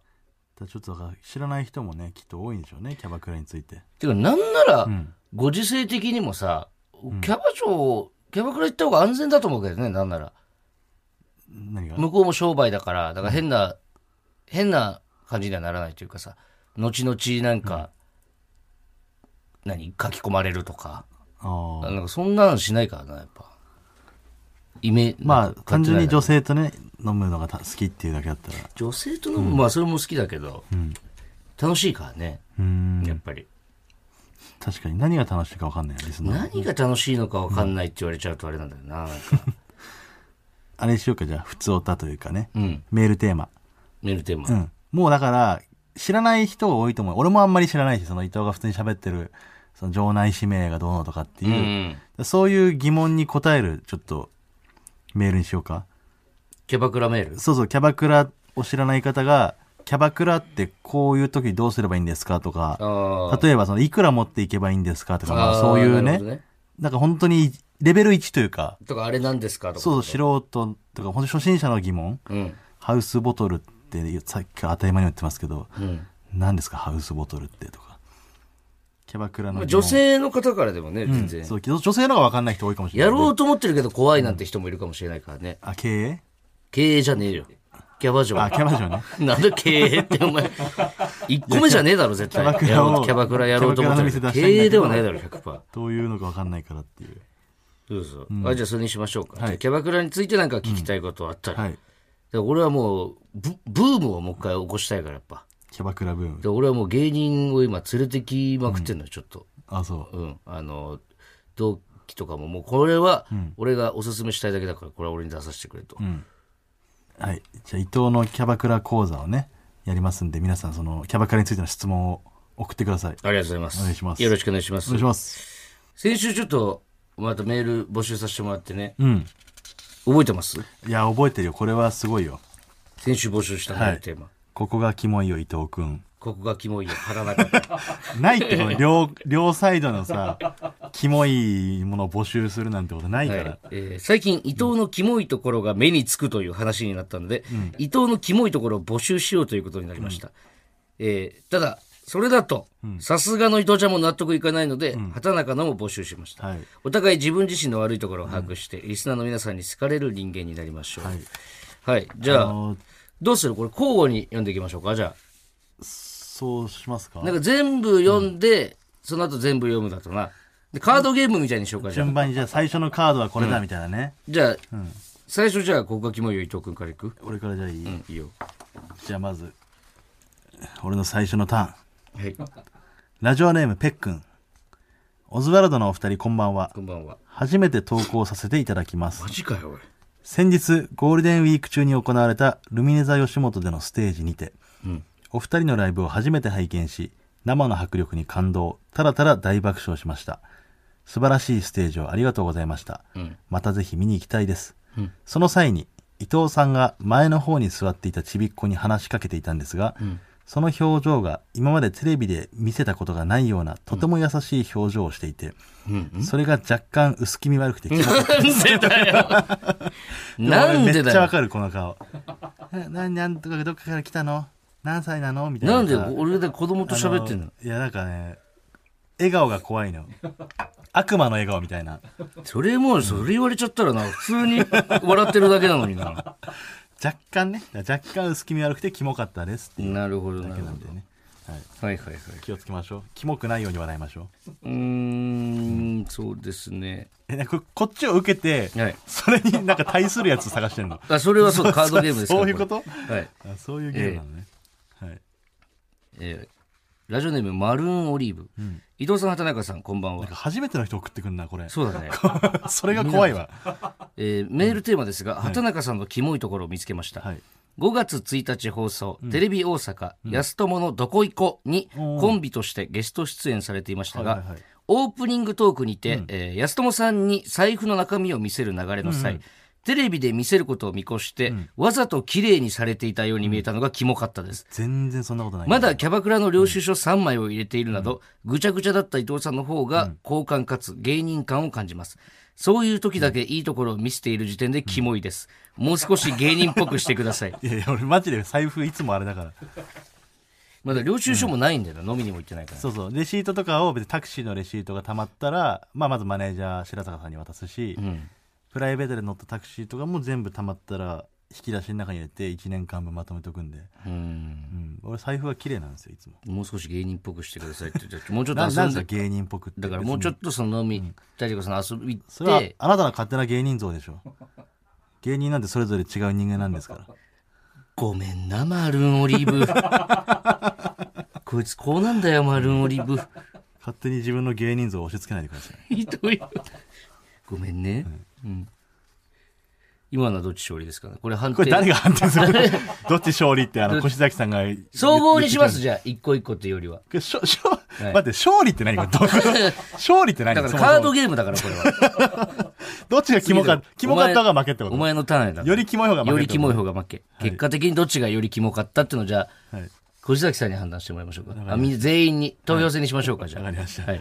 Speaker 2: らちょっとだから知らない人もね、きっと多いんでしょうね、キャバクラについて。
Speaker 1: てか、なんなら、
Speaker 2: ん
Speaker 1: ご時世的にもさ、キャバ嬢、キャバクラ行った方が安全だと思うけどね、なんなら。
Speaker 2: 何が
Speaker 1: 向こうも商売だから、だから変な、変な感じにはならないというかさ、後々なんか、何、書き込まれるとか、
Speaker 2: ああ。
Speaker 1: なんかそんなのしないからな、やっぱ。イメ
Speaker 2: まあ、単純に
Speaker 1: 女
Speaker 2: 女性とね、飲むのがた好きっていうだけだったら。
Speaker 1: 女性との、まあそれも好きだけど、楽しいからね、
Speaker 2: うん。
Speaker 1: やっぱり。
Speaker 2: 確かに何が楽しいか分かんないよ、リスナー。
Speaker 1: 何が楽しいのか分かんないって言われちゃうとあれなんだよな、なんか。
Speaker 2: あれしようか、じゃあ、普通おたというかね。
Speaker 1: うん、
Speaker 2: メールテーマ。
Speaker 1: メールテーマ。
Speaker 2: うん。もうだから、知らない人が多いと思う。俺もあんまり知らないし、その伊藤が普通に喋ってる、その場内指名がどうのとかっていうう、
Speaker 1: ん。
Speaker 2: そういう疑問に答える、ちょっと、メールにしようか。
Speaker 1: キャバクラメール。
Speaker 2: そうそう、キャバクラを知らない方が、キャバクラってこういう時どうすればいいんですかとか、
Speaker 1: ああ。
Speaker 2: 例えばその、いくら持っていけばいいんですかとか、まあそういう
Speaker 1: あーなる
Speaker 2: ね
Speaker 1: ほ、ど
Speaker 2: なんか本当にレベル1というか、
Speaker 1: とか、あれなんですかとか。
Speaker 2: そうそう、素人とか、本当に初心者の疑問、
Speaker 1: うん。
Speaker 2: ハウスボトルってさっきから当たり前に言ってますけど、
Speaker 1: うん。
Speaker 2: 何ですかハウスボトルってとか。キャバクラ
Speaker 1: ま
Speaker 2: の疑
Speaker 1: あ
Speaker 2: 問。
Speaker 1: 女性の方からでもね、全然。
Speaker 2: そう、女女性の方が分かんない人多いかもしれな
Speaker 1: や
Speaker 2: い。
Speaker 1: ろうと思ってるけど怖いなんて人もいるかもしれないからね。
Speaker 2: あ、経営
Speaker 1: 経営じゃねえよ。キャバ嬢。
Speaker 2: あ、キャバ嬢ね。
Speaker 1: なんで経営ってお前、一個目じゃねえだろ、絶対。
Speaker 2: キャバクラを
Speaker 1: やろうキャバクラやろうと思った
Speaker 2: キャ
Speaker 1: ら。
Speaker 2: バクラの店出したいんだ
Speaker 1: 経
Speaker 2: けど
Speaker 1: 営ではないだろ、100%。そ
Speaker 2: どういうのか分かんないからっていう。
Speaker 1: うそう。あ、じゃあそれにしましょうか。
Speaker 2: い
Speaker 1: じゃあキャバクラについてなんか聞きたいことあったら。
Speaker 2: はい。
Speaker 1: で俺はもうブ、ブームをもう一回起こしたいから、やっぱ。
Speaker 2: キャバクラブーム。
Speaker 1: で俺はもう芸人を今連れてきまくってんのよ、ちょっと。
Speaker 2: あ、そう。
Speaker 1: うん。あの、同期とかも、もうこれは、俺がおすすめしたいだけだから、これは俺に出させてくれと。
Speaker 2: はい。じゃあ、伊藤のキャバクラ講座をね、やりますんで、皆さん、その、キャバクラについての質問を送ってください。
Speaker 1: ありがとうございます。
Speaker 2: お願いします
Speaker 1: よろしくお願いします
Speaker 2: お願い。します。
Speaker 1: 先週ちょっと、またメール募集させてもらってね。
Speaker 2: うん。
Speaker 1: 覚えてます
Speaker 2: いや、覚えてるよ。これはすごいよ。
Speaker 1: 先週募集したメールテーマ。
Speaker 2: ここがキモいよ、伊藤くん。
Speaker 1: ここがキモいよ、腹なかった。
Speaker 2: ないってこの両、両サイドのさ、キモいものを募集するなんてことないから。
Speaker 1: はいえー最近、伊藤のキモいところが目につくという話になったので、伊藤のキモいところを募集しようということになりました。えーただ、それだと、さすがの伊藤ちゃんも納得いかないので、畑中のも募集しました。
Speaker 2: はい
Speaker 1: お互い自分自身の悪いところを把握して、リスナーの皆さんに好かれる人間になりましょう。はい。じゃ
Speaker 2: あ
Speaker 1: あ、
Speaker 2: の
Speaker 1: どうするこれ交互に読んでいきましょうか。じゃあ、
Speaker 2: そうしますか
Speaker 1: なんか全部読んで、その後全部読むだとな。で、カードゲームみたいにしようか、じゃあ。
Speaker 2: 順番にじゃあ最初のカードはこれだみたいなね。
Speaker 1: じゃあ、最初じゃあ、ここがキモいよ、伊藤君からいく
Speaker 2: 俺からじゃあいい、
Speaker 1: うん、いいよ。
Speaker 2: じゃあまず、俺の最初のターン。
Speaker 1: はい、
Speaker 2: ラジオネームペックン。オズワルドのお二人こんばんは
Speaker 1: こ。んばんは。
Speaker 2: 初めて投稿させていただきます
Speaker 1: マ。ジかよ、おい。
Speaker 2: 先日、ゴールデンウィーク中に行われたルミネ座吉本でのステージにて、
Speaker 1: うん
Speaker 2: お二人のライブを初めて拝見し、生の迫力に感動、ただただ大爆笑しました。素晴らしいステージをありがとうございました。
Speaker 1: うん
Speaker 2: またぜひ見に行きたいです。
Speaker 1: うん
Speaker 2: その際に、伊藤さんが前の方に座っていたちびっ子に話しかけていたんですが、
Speaker 1: ん
Speaker 2: その表情が今までテレビで見せたことがないようなとても優しい表情をしていて、
Speaker 1: うん。
Speaker 2: それが若干薄気味悪くて気持ち悪い
Speaker 1: なんで だよ。なんで
Speaker 2: めっちゃ
Speaker 1: だ
Speaker 2: わ
Speaker 1: よ。
Speaker 2: かるこの顔 なななんとかどっかから来たの何歳なのみたい
Speaker 1: な
Speaker 2: なさ
Speaker 1: んで俺で子供と喋ってんの
Speaker 2: あいやなんかね笑顔が怖いの悪魔の笑顔みたいな
Speaker 1: それもう、それ言われちゃったらな、普通に笑ってるだけなのに な。
Speaker 2: 若干ね若干薄気味悪くてキモかったですっていう
Speaker 1: なるほど、な
Speaker 2: だけ
Speaker 1: る
Speaker 2: な
Speaker 1: ほ
Speaker 2: んで
Speaker 1: ど。
Speaker 2: ね、はい、
Speaker 1: はいはいはい。
Speaker 2: 気をつけましょうキモくないように笑いましょう
Speaker 1: うーん、そうですね。
Speaker 2: えなんかここっちを受けて、
Speaker 1: はい
Speaker 2: それになんか対するやつ探してんの
Speaker 1: あ、それはそう、 カードゲームですから
Speaker 2: そういうこと
Speaker 1: れはい。
Speaker 2: あそういうゲームなのね、はい
Speaker 1: えーラジオネームマルーンオリーブ、伊藤さん畑中さんこんばんは
Speaker 2: 初めての人送ってくんなこれ
Speaker 1: そうだね、
Speaker 2: それが怖いわ
Speaker 1: えーメールテーマですが畑中さんのキモいところを見つけました、
Speaker 2: はい
Speaker 1: 5月1日放送、テレビ大阪、安友のどこいこに
Speaker 2: おー
Speaker 1: コンビとしてゲスト出演されていましたが、
Speaker 2: はいはいはい
Speaker 1: オープニングトークにて、えー安友さんに財布の中身を見せる流れの際、テレビで見せることを見越して、わざと綺麗にされていたように見えたのがキモかったです。
Speaker 2: 全然そんなことない
Speaker 1: まだキャバクラの領収書3枚を入れているなど、ぐちゃぐちゃだった伊藤さんの方が好感かつ芸人感を感じます。そういう時だけいいところを見せている時点でキモいです。もう少し芸人っぽくしてくだ さい。
Speaker 2: いやいや俺マジで財布いつもあれだから
Speaker 1: まだ領収書もないんだよな、飲みにも行ってないから。
Speaker 2: そうそうレシートとかを別にタクシーのレシートがたまったら、まあ、まずマネージャー白坂さんに渡すし、プライベートで乗ったタクシーとかも全部たまったら引き出しの中に入れて1年間分まとめておくんで、
Speaker 1: うん。
Speaker 2: うん、俺財布は綺麗なんですよいつも
Speaker 1: もう少し芸人っぽくしてくださいって言って。もうちょっと
Speaker 2: な
Speaker 1: 遊
Speaker 2: なん
Speaker 1: で
Speaker 2: んだ芸人っぽくって
Speaker 1: だからもうちょっとその飲み、大丈夫さんの遊び
Speaker 2: それは
Speaker 1: 行って、
Speaker 2: あなたの勝手な芸人像でしょ芸人なんてそれぞれ違う人間なんですから
Speaker 1: ごめんな、マルーンオリ ーブ。こいつこうなんだよ、マルーンオリーブ。
Speaker 2: 勝手に自分の芸人像を押し付けないでください
Speaker 1: ひどいよ。ごめんね。うん。今のはどっち勝利ですかねこれ判定。
Speaker 2: これ誰が判定する どっち勝利ってあの越崎さんが
Speaker 1: 総合にします、
Speaker 2: 言
Speaker 1: じゃあ。一個一個っていうよりは。
Speaker 2: ってきたしょしょ
Speaker 1: はい
Speaker 2: 待って勝利って 何かどう勝利って何
Speaker 1: だから
Speaker 2: そ
Speaker 1: カ
Speaker 2: もそも
Speaker 1: ードゲームだから、これは。
Speaker 2: どっちがキモかキモかった方が負けってこ
Speaker 1: お
Speaker 2: と
Speaker 1: 前のターンやだから。
Speaker 2: よりキモい方が負け
Speaker 1: よ
Speaker 2: って
Speaker 1: り
Speaker 2: こと
Speaker 1: キモい方が負け。結果的にどっちがよりキモかったっていうのをじゃあ、
Speaker 2: はい
Speaker 1: 小路崎さんに判断してもらいましょうか。あみんな全員に投票制にしましょうか、じゃあ。
Speaker 2: わかりました
Speaker 1: はい。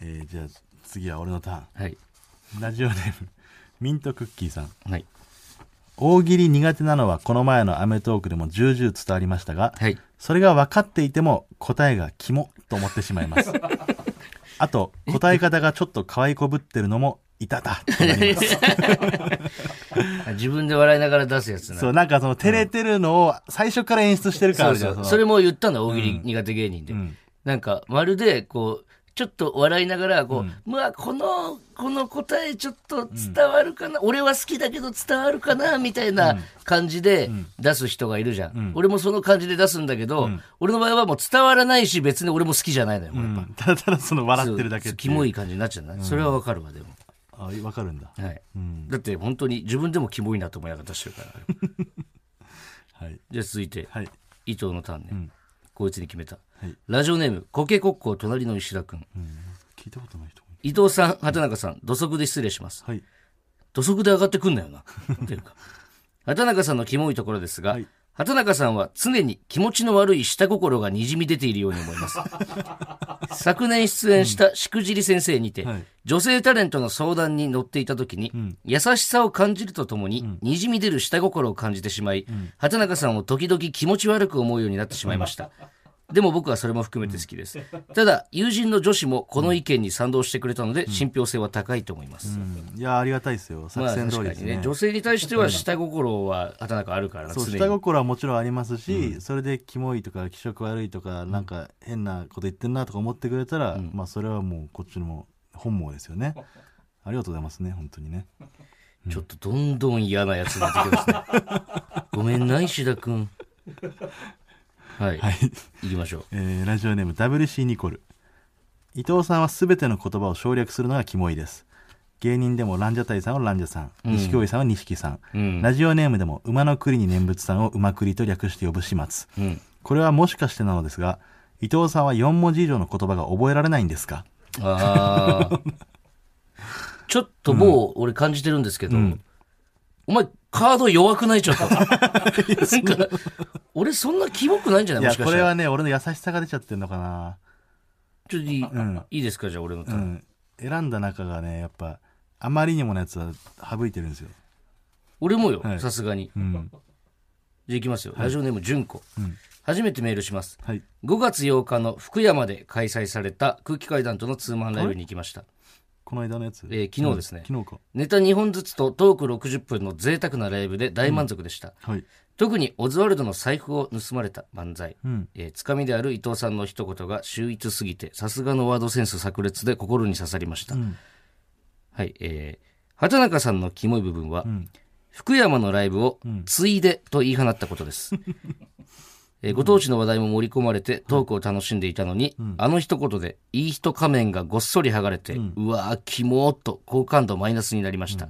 Speaker 2: えーじゃあ次は俺のター
Speaker 1: はい。
Speaker 2: ンラジオネームミントクッキーさん
Speaker 1: はい。
Speaker 2: 大喜利苦手なのはこの前の『アメトーク』でも重々伝わりましたが、
Speaker 1: はい。
Speaker 2: それが分かっていても答えがキモと思ってしまいます あと答え方がちょっと可愛こぶってるのもいたた となります
Speaker 1: 自分で笑いながら出すやつな。
Speaker 2: そうなんかその照れてるのを最初から演出してるからあるじゃん
Speaker 1: そうそう
Speaker 2: の
Speaker 1: それも言ったんだ、大喜利苦手芸人で。なんか、まるで、こう、ちょっと笑いながら、こう、まあ、この、この答えちょっと伝わるかな、俺は好きだけど伝わるかな、みたいな感じで出す人がいるじゃん。俺もその感じで出すんだけど、俺の場合はもう伝わらないし、別に俺も好きじゃないのよ。もうやっぱ
Speaker 2: うんただただその笑ってるだけって
Speaker 1: キ
Speaker 2: いう
Speaker 1: モい感じになっちゃうな。それはわかるわ、でも。
Speaker 2: あ分かるんだ
Speaker 1: はい。だって本当に自分でもキモいなと思いなが ら出してるから。
Speaker 2: はい
Speaker 1: じゃあ続いて、
Speaker 2: はい
Speaker 1: 伊藤のターンね、こいつに決めた、
Speaker 2: はい
Speaker 1: ラジオネームコケコッコー隣の石田君、
Speaker 2: 聞いたことない人
Speaker 1: 伊藤さん畑中さん土足で失礼します
Speaker 2: はい
Speaker 1: 土足で上がってくんなよなっていうか 畑中さんのキモいところですが、
Speaker 2: はい
Speaker 1: 畑中さんは常に気持ちの悪い下心がにじみ出ているように思い ます昨年出演したしくじり先生にて、
Speaker 2: はい
Speaker 1: 女性タレントの相談に乗っていた時に、優しさを感じるとともに、にじみ出る下心を感じてしまい、畑中さんを時々気持ち悪く思うようになってしまいま した。でも僕はそれも含めて好きです。ただ、友人の女子もこの意見に賛同してくれたので、信憑性は高いと思います。
Speaker 2: うんいやありがたいですよ作
Speaker 1: まあ
Speaker 2: 戦
Speaker 1: 確
Speaker 2: 通り
Speaker 1: か
Speaker 2: です
Speaker 1: に
Speaker 2: ね,、
Speaker 1: ね女性に対しては下心は畑中あるからな
Speaker 2: そう
Speaker 1: 常に
Speaker 2: 下心はもちろんありますし、それでキモいとか気色悪いとかなんか変なこと言ってんなとか思ってくれたら、まあそれはもうこっちのも本望ですよ ねありがとうございますね本当にね
Speaker 1: ちょっとどんどん嫌なやつになってきますね ごめんな石田君はい、
Speaker 2: はい、
Speaker 1: 行きましょう
Speaker 2: えーラジオネーム WC ニコル伊藤さんは全ての言葉を省略するのがキモいです芸人でもランジャタイさんをランジャさん錦織さんは錦さん、
Speaker 1: うん
Speaker 2: ラジオネームでも馬の栗に念仏さんを馬栗と略して呼ぶ始末
Speaker 1: うん
Speaker 2: これはもしかしてなのですが伊藤さんは4文字以上の言葉が覚えられないんですか
Speaker 1: ああちょっともう俺感じてるんですけど、お前カード弱くないちょっ となんか俺そんなキモくないんじゃない
Speaker 2: い
Speaker 1: も
Speaker 2: や
Speaker 1: しか
Speaker 2: こ
Speaker 1: した
Speaker 2: れ
Speaker 1: ら
Speaker 2: はね俺の優しさが出ちゃってるのかな
Speaker 1: ちょっといい,、
Speaker 2: ん
Speaker 1: いいですかじゃあ俺のタ
Speaker 2: う
Speaker 1: ーン
Speaker 2: ん選んだ中がねやっぱあまりにものやつは省いてるんですよ
Speaker 1: 俺もよ
Speaker 2: はい
Speaker 1: さすがに
Speaker 2: うん
Speaker 1: じゃあ行きますよ、ラジオネーム純子、初めてメールします
Speaker 2: はい
Speaker 1: 5月8日の福山で開催された空気階段とのツーマンライブに行きました。
Speaker 2: この間のやつ、
Speaker 1: えー昨日ですね
Speaker 2: うん昨日
Speaker 1: ネタ2本ずつとトーク60分の贅沢なライブで大満足でした。
Speaker 2: かはい
Speaker 1: 特にオズワルドの財布を盗まれた漫才。
Speaker 2: うん
Speaker 1: えーつかみである伊藤さんの一言が秀逸すぎて、さすがのワードセンス炸裂で心に刺さりました。
Speaker 2: ん
Speaker 1: はい、えー、畑中さんのキモい部 分は、福山のライブを、ついでと言い放ったことです。えーご当地の話題も盛り込まれてトークを楽しんでいたのに、あの一言でいい人仮面がごっそり剥がれて、うわーキモーっと好感度マイナスになりました、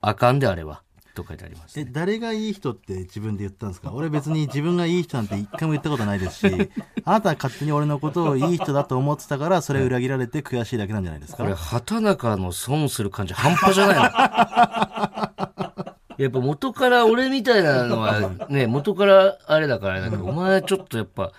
Speaker 1: あかんであれはと書いてあります
Speaker 2: え誰がいい人って自分で言ったんですか俺別に自分がいい人なんて一回も言ったことないで すしあなたは勝手に俺のことをいい人だと思ってたからそれを裏切られて悔しいだけなんじゃないです
Speaker 1: これ
Speaker 2: か
Speaker 1: 畑中の損する感じ半端じゃない のやっぱ元から俺みたいなのはね元からあれだからあれだけどお前ちょっとやっぱ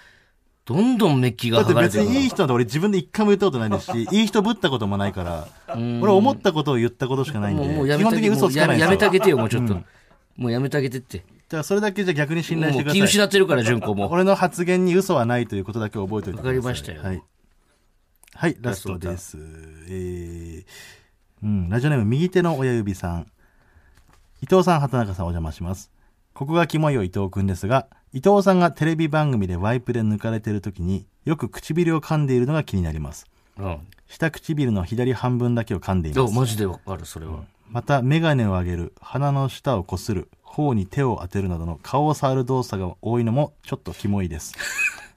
Speaker 1: どんどんメッキ
Speaker 2: だ
Speaker 1: が
Speaker 2: って
Speaker 1: 剥がれ
Speaker 2: 別
Speaker 1: てるから
Speaker 2: にいい人なんて俺自分で一回も言ったことないです しいい人ぶったこともないから俺思ったことを言ったことしかないんで
Speaker 1: もうもうや
Speaker 2: 基
Speaker 1: め
Speaker 2: 本
Speaker 1: てあ
Speaker 2: 的
Speaker 1: げ
Speaker 2: に嘘つかない
Speaker 1: もうやめやめ
Speaker 2: です
Speaker 1: てあ
Speaker 2: よ
Speaker 1: げてよもうちょっと、もうやめてあげてって
Speaker 2: じゃあそれだけじゃ逆に信頼し
Speaker 1: も
Speaker 2: て
Speaker 1: う
Speaker 2: くだ
Speaker 1: 気
Speaker 2: さい
Speaker 1: 失ってるから純子も
Speaker 2: 俺の発言に嘘はないということだけ覚えておいてください。
Speaker 1: わかりましたよ
Speaker 2: はい。はい、ラストです。えー、うん、ラジオネーム右手の親指さん。伊藤さん、畑中さんお邪魔します。ここがキモいよ伊藤くんですが、伊藤さんがテレビ番組でワイプで抜かれてる時によく唇を噛んでいるのが気になります。
Speaker 1: うん
Speaker 2: 下唇の左半分だけを噛んでいま
Speaker 1: どう
Speaker 2: す。
Speaker 1: マジでわかるそれは、
Speaker 2: また、眼鏡を上げる、鼻の下をこする、頬に手を当てるなどの顔を触る動作が多いのもちょっとキモ いです。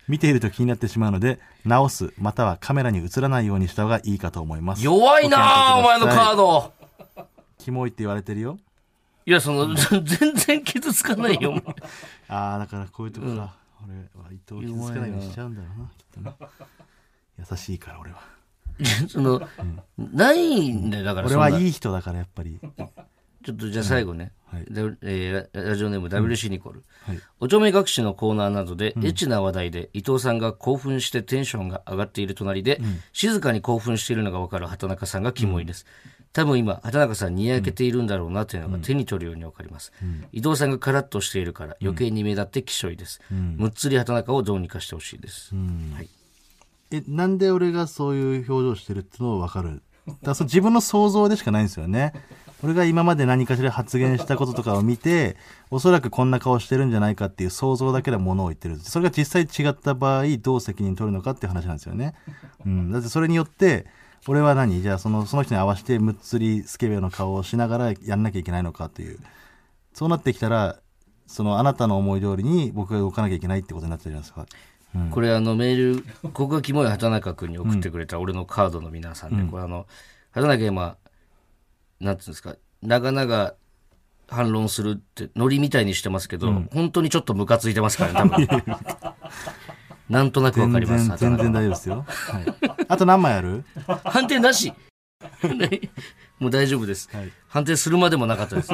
Speaker 2: 見ていると気になってしまうので、直す、またはカメラに映らないようにした方がいいかと思います。
Speaker 1: 弱いなあお
Speaker 2: ご
Speaker 1: 前
Speaker 2: 検
Speaker 1: の
Speaker 2: 討ください
Speaker 1: カード
Speaker 2: キモいって言われてるよ。
Speaker 1: いやその全然傷つかないよ
Speaker 2: ああ、だからこういうとこさ、俺は伊藤を傷つかないようにしちゃうんだろうな、きっとな。優しいから俺は。
Speaker 1: その、ないんだよだから
Speaker 2: 俺
Speaker 1: そんな
Speaker 2: はいい人だからやっぱり。
Speaker 1: ちょっとじゃあ最後ね、
Speaker 2: はい
Speaker 1: でえーララジオネーム WC ニコル、
Speaker 2: はい
Speaker 1: おちょめ学士のコーナーなどで、エッチな話題で伊藤さんが興奮してテンションが上がっている隣で、静かに興奮しているのが分かる畑中さんがキモいです、多分今畑中さんにやけているんだろうなというのが手に取るように分かります、伊藤さんがカラッとしているから余計に目立ってきしょいです、むっつり畑中をどうにかしてほしいです、はい、
Speaker 2: え、なんで俺がそういう表情してるってのを分かる。だからその自分の想像でしかないんですよね。俺が今まで何かしら発言したこととかを見て、おそらくこんな顔してるんじゃないかっていう想像だけで物を言ってる。それが実際違った場合、どう責任取るのかっていう話なんですよね。うん。だってそれによって、俺は何じゃあその、その人に合わせて、むっつりスケベの顔をしながらやんなきゃいけないのかという。そうなってきたら、そのあなたの思い通りに僕が動かなきゃいけないってことになっちゃうじゃないですか。
Speaker 1: これあのメール、ここがキモい畑中君に送ってくれた俺のカードの皆さんで、これあの、畑中今、なんていうんですか、長々反論するって、ノリみたいにしてますけど、本当にちょっとムカついてますからね、多 分。なんとなくわ
Speaker 2: 全
Speaker 1: かります、
Speaker 2: 然、全
Speaker 1: 畑
Speaker 2: 然大丈夫ですよ。はい。 あと何枚ある
Speaker 1: 中判定なし もう大丈夫です、
Speaker 2: い
Speaker 1: 判定するまでもなかった です。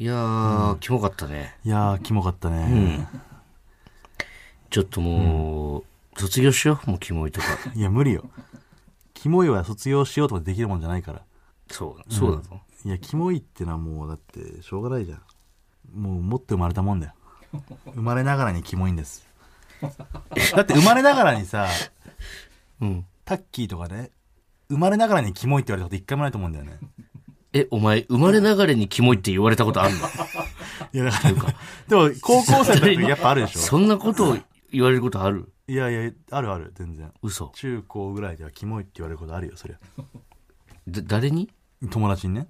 Speaker 1: いやー、キモかったね。
Speaker 2: いやー、キモかった
Speaker 1: う
Speaker 2: ね。
Speaker 1: んちょっともう、卒業しよう、もうキモいとか。
Speaker 2: いや、無理よ。キモいは卒業しようとかできるもんじゃないから。
Speaker 1: そう、そうだぞ。
Speaker 2: いや、キモいってのはもう、だって、しょうがないじゃん。もう、持って生まれたも んだよ。生まれながらにキモいんです。だって、生まれながらにさ、
Speaker 1: うん
Speaker 2: タッキーとかね、生まれながらにキモいって言われたこと一回もないと思うんだよね。
Speaker 1: え、お前、生まれながらにキモいって言われたことあるの
Speaker 2: いや、だ から、でも、高校生の時やっぱあるでしょ。
Speaker 1: そんなことを言われることある
Speaker 2: いやいや、あるある、全然。
Speaker 1: 嘘。
Speaker 2: 中高ぐらいではキモいって言われることあるよ、そりゃ。
Speaker 1: だ誰に
Speaker 2: 友達にね。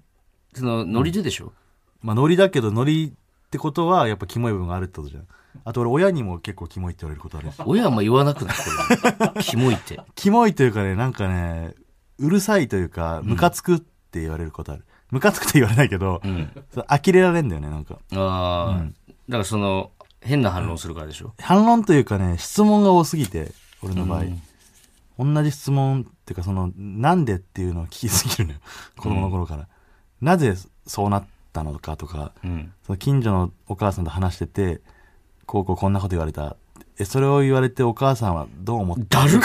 Speaker 1: その、ノリででしょ、
Speaker 2: まあ、ノリだけど、ノリってことは、やっぱキモい部分があるってことじゃん。あと、俺、親にも結構キモいって言われる ことあるし。
Speaker 1: 親はあんま言わなく ないこれキモいって。
Speaker 2: キモいというかね、なんかね、うるさいというか、ムカつくって言われることある。ムカつくって言われないけど、そう呆れられんだよね、なんか。
Speaker 1: ああ、だからその、変な反論するからでしょ、
Speaker 2: 反論というかね、質問が多すぎて、俺の場合。同じ質問っていうか、その、なんでっていうのを聞きすぎるのよ。子供の頃から。なぜそうなったのかとか、
Speaker 1: うん。
Speaker 2: その近所のお母さんと話してて、こうこうこんなこと言われた。え、それを言われてお母さんはどう思っ
Speaker 1: だ
Speaker 2: た
Speaker 1: る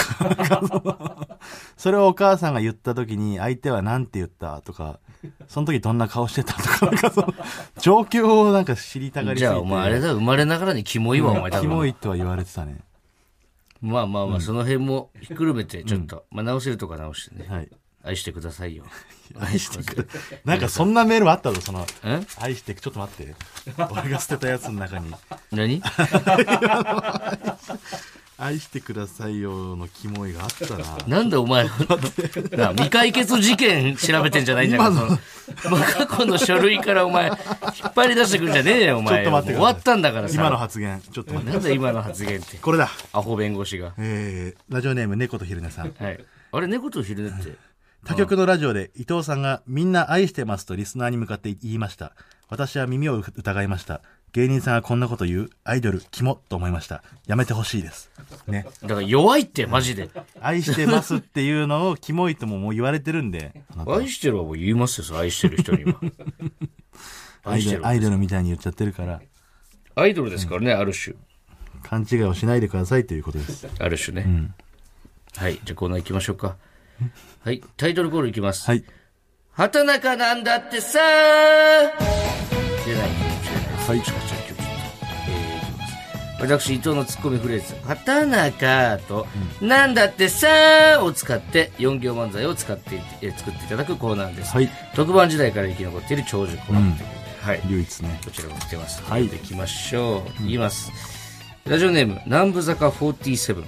Speaker 2: それをお母さんが言った時に相手は何て言ったとか、その時どんな顔してたとか、なんかその、状況をなんか知りたがりす
Speaker 1: じ
Speaker 2: ぎて。
Speaker 1: ゃあ、お前あれだ、生まれながらにキモいわ、お前多分。
Speaker 2: キモいとは言われてたね。
Speaker 1: まあまあまあ、その辺もひっくるめて、ちょっと、まあ直せるとか直してね。
Speaker 2: はい。
Speaker 1: 愛してくださいよ。
Speaker 2: 愛してくれ。なんかそんなメールもあったぞ、その、
Speaker 1: え
Speaker 2: 愛してく、ちょっと待って。俺が捨てたやつの中に。
Speaker 1: 何
Speaker 2: 愛してくださいよのキモいがあった な。
Speaker 1: なんでお前、なあ未解決事件調べてんじゃないんだから、その過去の書類からお前、引っ張り出してくるんじゃねえよ、お前。
Speaker 2: ちょっと待ってく
Speaker 1: も
Speaker 2: ださい
Speaker 1: う終わったんだからさ。
Speaker 2: 今の発言。ちょっと待って。
Speaker 1: なんだ今の発言って。
Speaker 2: これだ。
Speaker 1: アホ弁護士が。
Speaker 2: えー、ラジオネーム猫と昼寝さん。
Speaker 1: はい。あれ、猫と昼寝って。
Speaker 2: 他局のラジオで伊藤さんがみんな愛してますとリスナーに向かって言いました。私は耳を疑いました。芸人さんがこんなこと言う、アイドル、キモと思いました。やめてほしいです。ね。
Speaker 1: だから弱いって、マジで。
Speaker 2: 愛してますっていうのをキモいとももう言われてるんで。あなた
Speaker 1: 愛してるはもう言いますよ、それ愛してる人には。
Speaker 2: ア
Speaker 1: 愛
Speaker 2: イ
Speaker 1: して
Speaker 2: ド
Speaker 1: る
Speaker 2: ル。アイドルみたいに言っちゃってるから、
Speaker 1: アイドルですからね、ある種。
Speaker 2: 勘違いをしないでくださいということです。
Speaker 1: ある種ね。はい、じゃあコーナー行きましょうか。はい、タイトルコールいきます。
Speaker 2: はい。
Speaker 1: 畑中なんだってさー出ない、
Speaker 2: はい
Speaker 1: 違う違う違う違うえーいきます私、伊藤のツッコミフレーズ、畑中と、なんだってさーを使って、4行漫才を使ってい、えー作っていただくコーナーです。
Speaker 2: はい
Speaker 1: 特番時代から生き残っている長寿コーナーということで、はい。
Speaker 2: 唯一ね。
Speaker 1: こちらも来てます。
Speaker 2: はい
Speaker 1: できましょう。言います。ラジオネーム、南部坂47。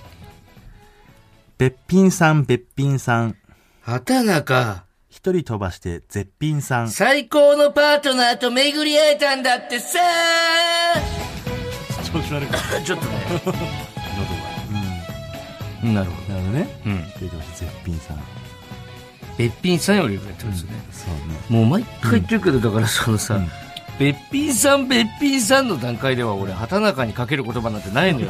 Speaker 2: べっぴんさん、べっぴんさん。
Speaker 1: 畑中、
Speaker 2: 一人飛ばして、絶品さん。
Speaker 1: 最高のパートナーと巡り会えたんだってさ
Speaker 2: 調子悪く
Speaker 1: ーちょっとね、喉が。なるほ
Speaker 2: なるほどね。
Speaker 1: ど。うん。
Speaker 2: 一人飛ばして、絶品さん。
Speaker 1: べっぴんさんより上ってますね。
Speaker 2: そうね。
Speaker 1: もう毎回言ってるけど、だからそのさ、べっぴんさん、べっぴんさんの段階では俺、畑中にかける言葉なんてないのよ。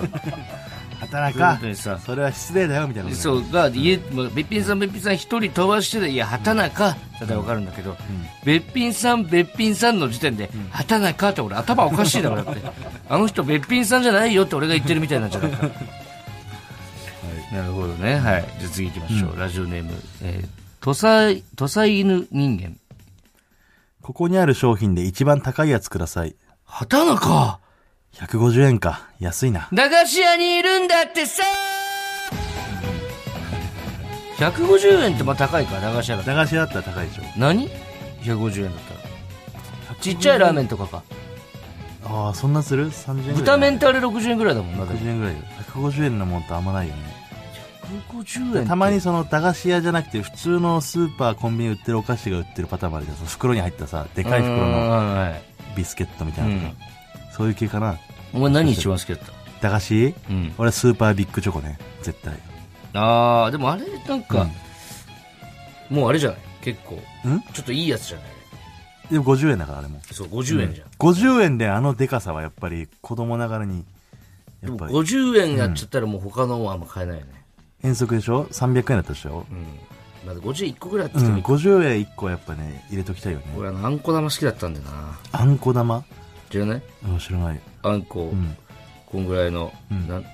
Speaker 2: 働
Speaker 1: 本
Speaker 2: か
Speaker 1: 当にさ
Speaker 2: それは失礼だよみたいなこと
Speaker 1: そううが家まあべっぴんさんべっぴんさん一人飛ばしてでいや畑中だったらわかるんだけど、べっぴんさんべっぴんさんの時点で、畑中って俺頭おかしいだろだ ってあの人べっぴんさんじゃないよって俺が言ってるみたいなんじゃないかなるほどねはいじゃあ次行きましょう、ラジオネームえー土佐土佐犬人間
Speaker 2: ここにある商品で一番高いやつください
Speaker 1: 畑中
Speaker 2: 150円か安いな
Speaker 1: 駄菓子屋にいるんだってさ150円ってまあ高いから駄菓子屋だと
Speaker 2: 駄菓子屋だったら高いでしょ
Speaker 1: 何 ?150 円だったらちっちゃいラーメンとかか
Speaker 2: ああそんなする30円ぐら
Speaker 1: 豚
Speaker 2: い
Speaker 1: メンタル60円ぐらいだもんな
Speaker 2: 60円ぐらいよ150円のもんとあんまないよね
Speaker 1: 150円
Speaker 2: たまにその駄菓子屋じゃなくて普通のスーパーコンビニ売ってるお菓子が売ってるパターンもあるじゃんその袋に入ったさでかい袋の
Speaker 1: の
Speaker 2: ビスケットみたいなのとか、そういう系かな
Speaker 1: お前何一番好きだった
Speaker 2: 駄菓子
Speaker 1: うん
Speaker 2: 俺はスーパービッグチョコね絶対
Speaker 1: ああでもあれなんか、もうあれじゃない結構
Speaker 2: ん
Speaker 1: ちょっといいやつじゃない
Speaker 2: でも50円だからあれも
Speaker 1: そう50円じゃん、
Speaker 2: 50円であのデカさはやっぱり子供ながらにやっ
Speaker 1: で
Speaker 2: ぱ
Speaker 1: も
Speaker 2: り
Speaker 1: 50円やっちゃったらもう他のはあんま買えないよね
Speaker 2: 遠足でしょ300円だったでしょ、
Speaker 1: うんまだ51個ぐらいあって
Speaker 2: う
Speaker 1: きて
Speaker 2: ん
Speaker 1: もいい、
Speaker 2: 50円1個はやっぱね入れときたいよね
Speaker 1: 俺あのあんこ玉好きだったんだよな
Speaker 2: あんこ玉
Speaker 1: 知らない
Speaker 2: うん知らない
Speaker 1: あんこ、
Speaker 2: ん
Speaker 1: こんぐらいの、
Speaker 2: ん
Speaker 1: なん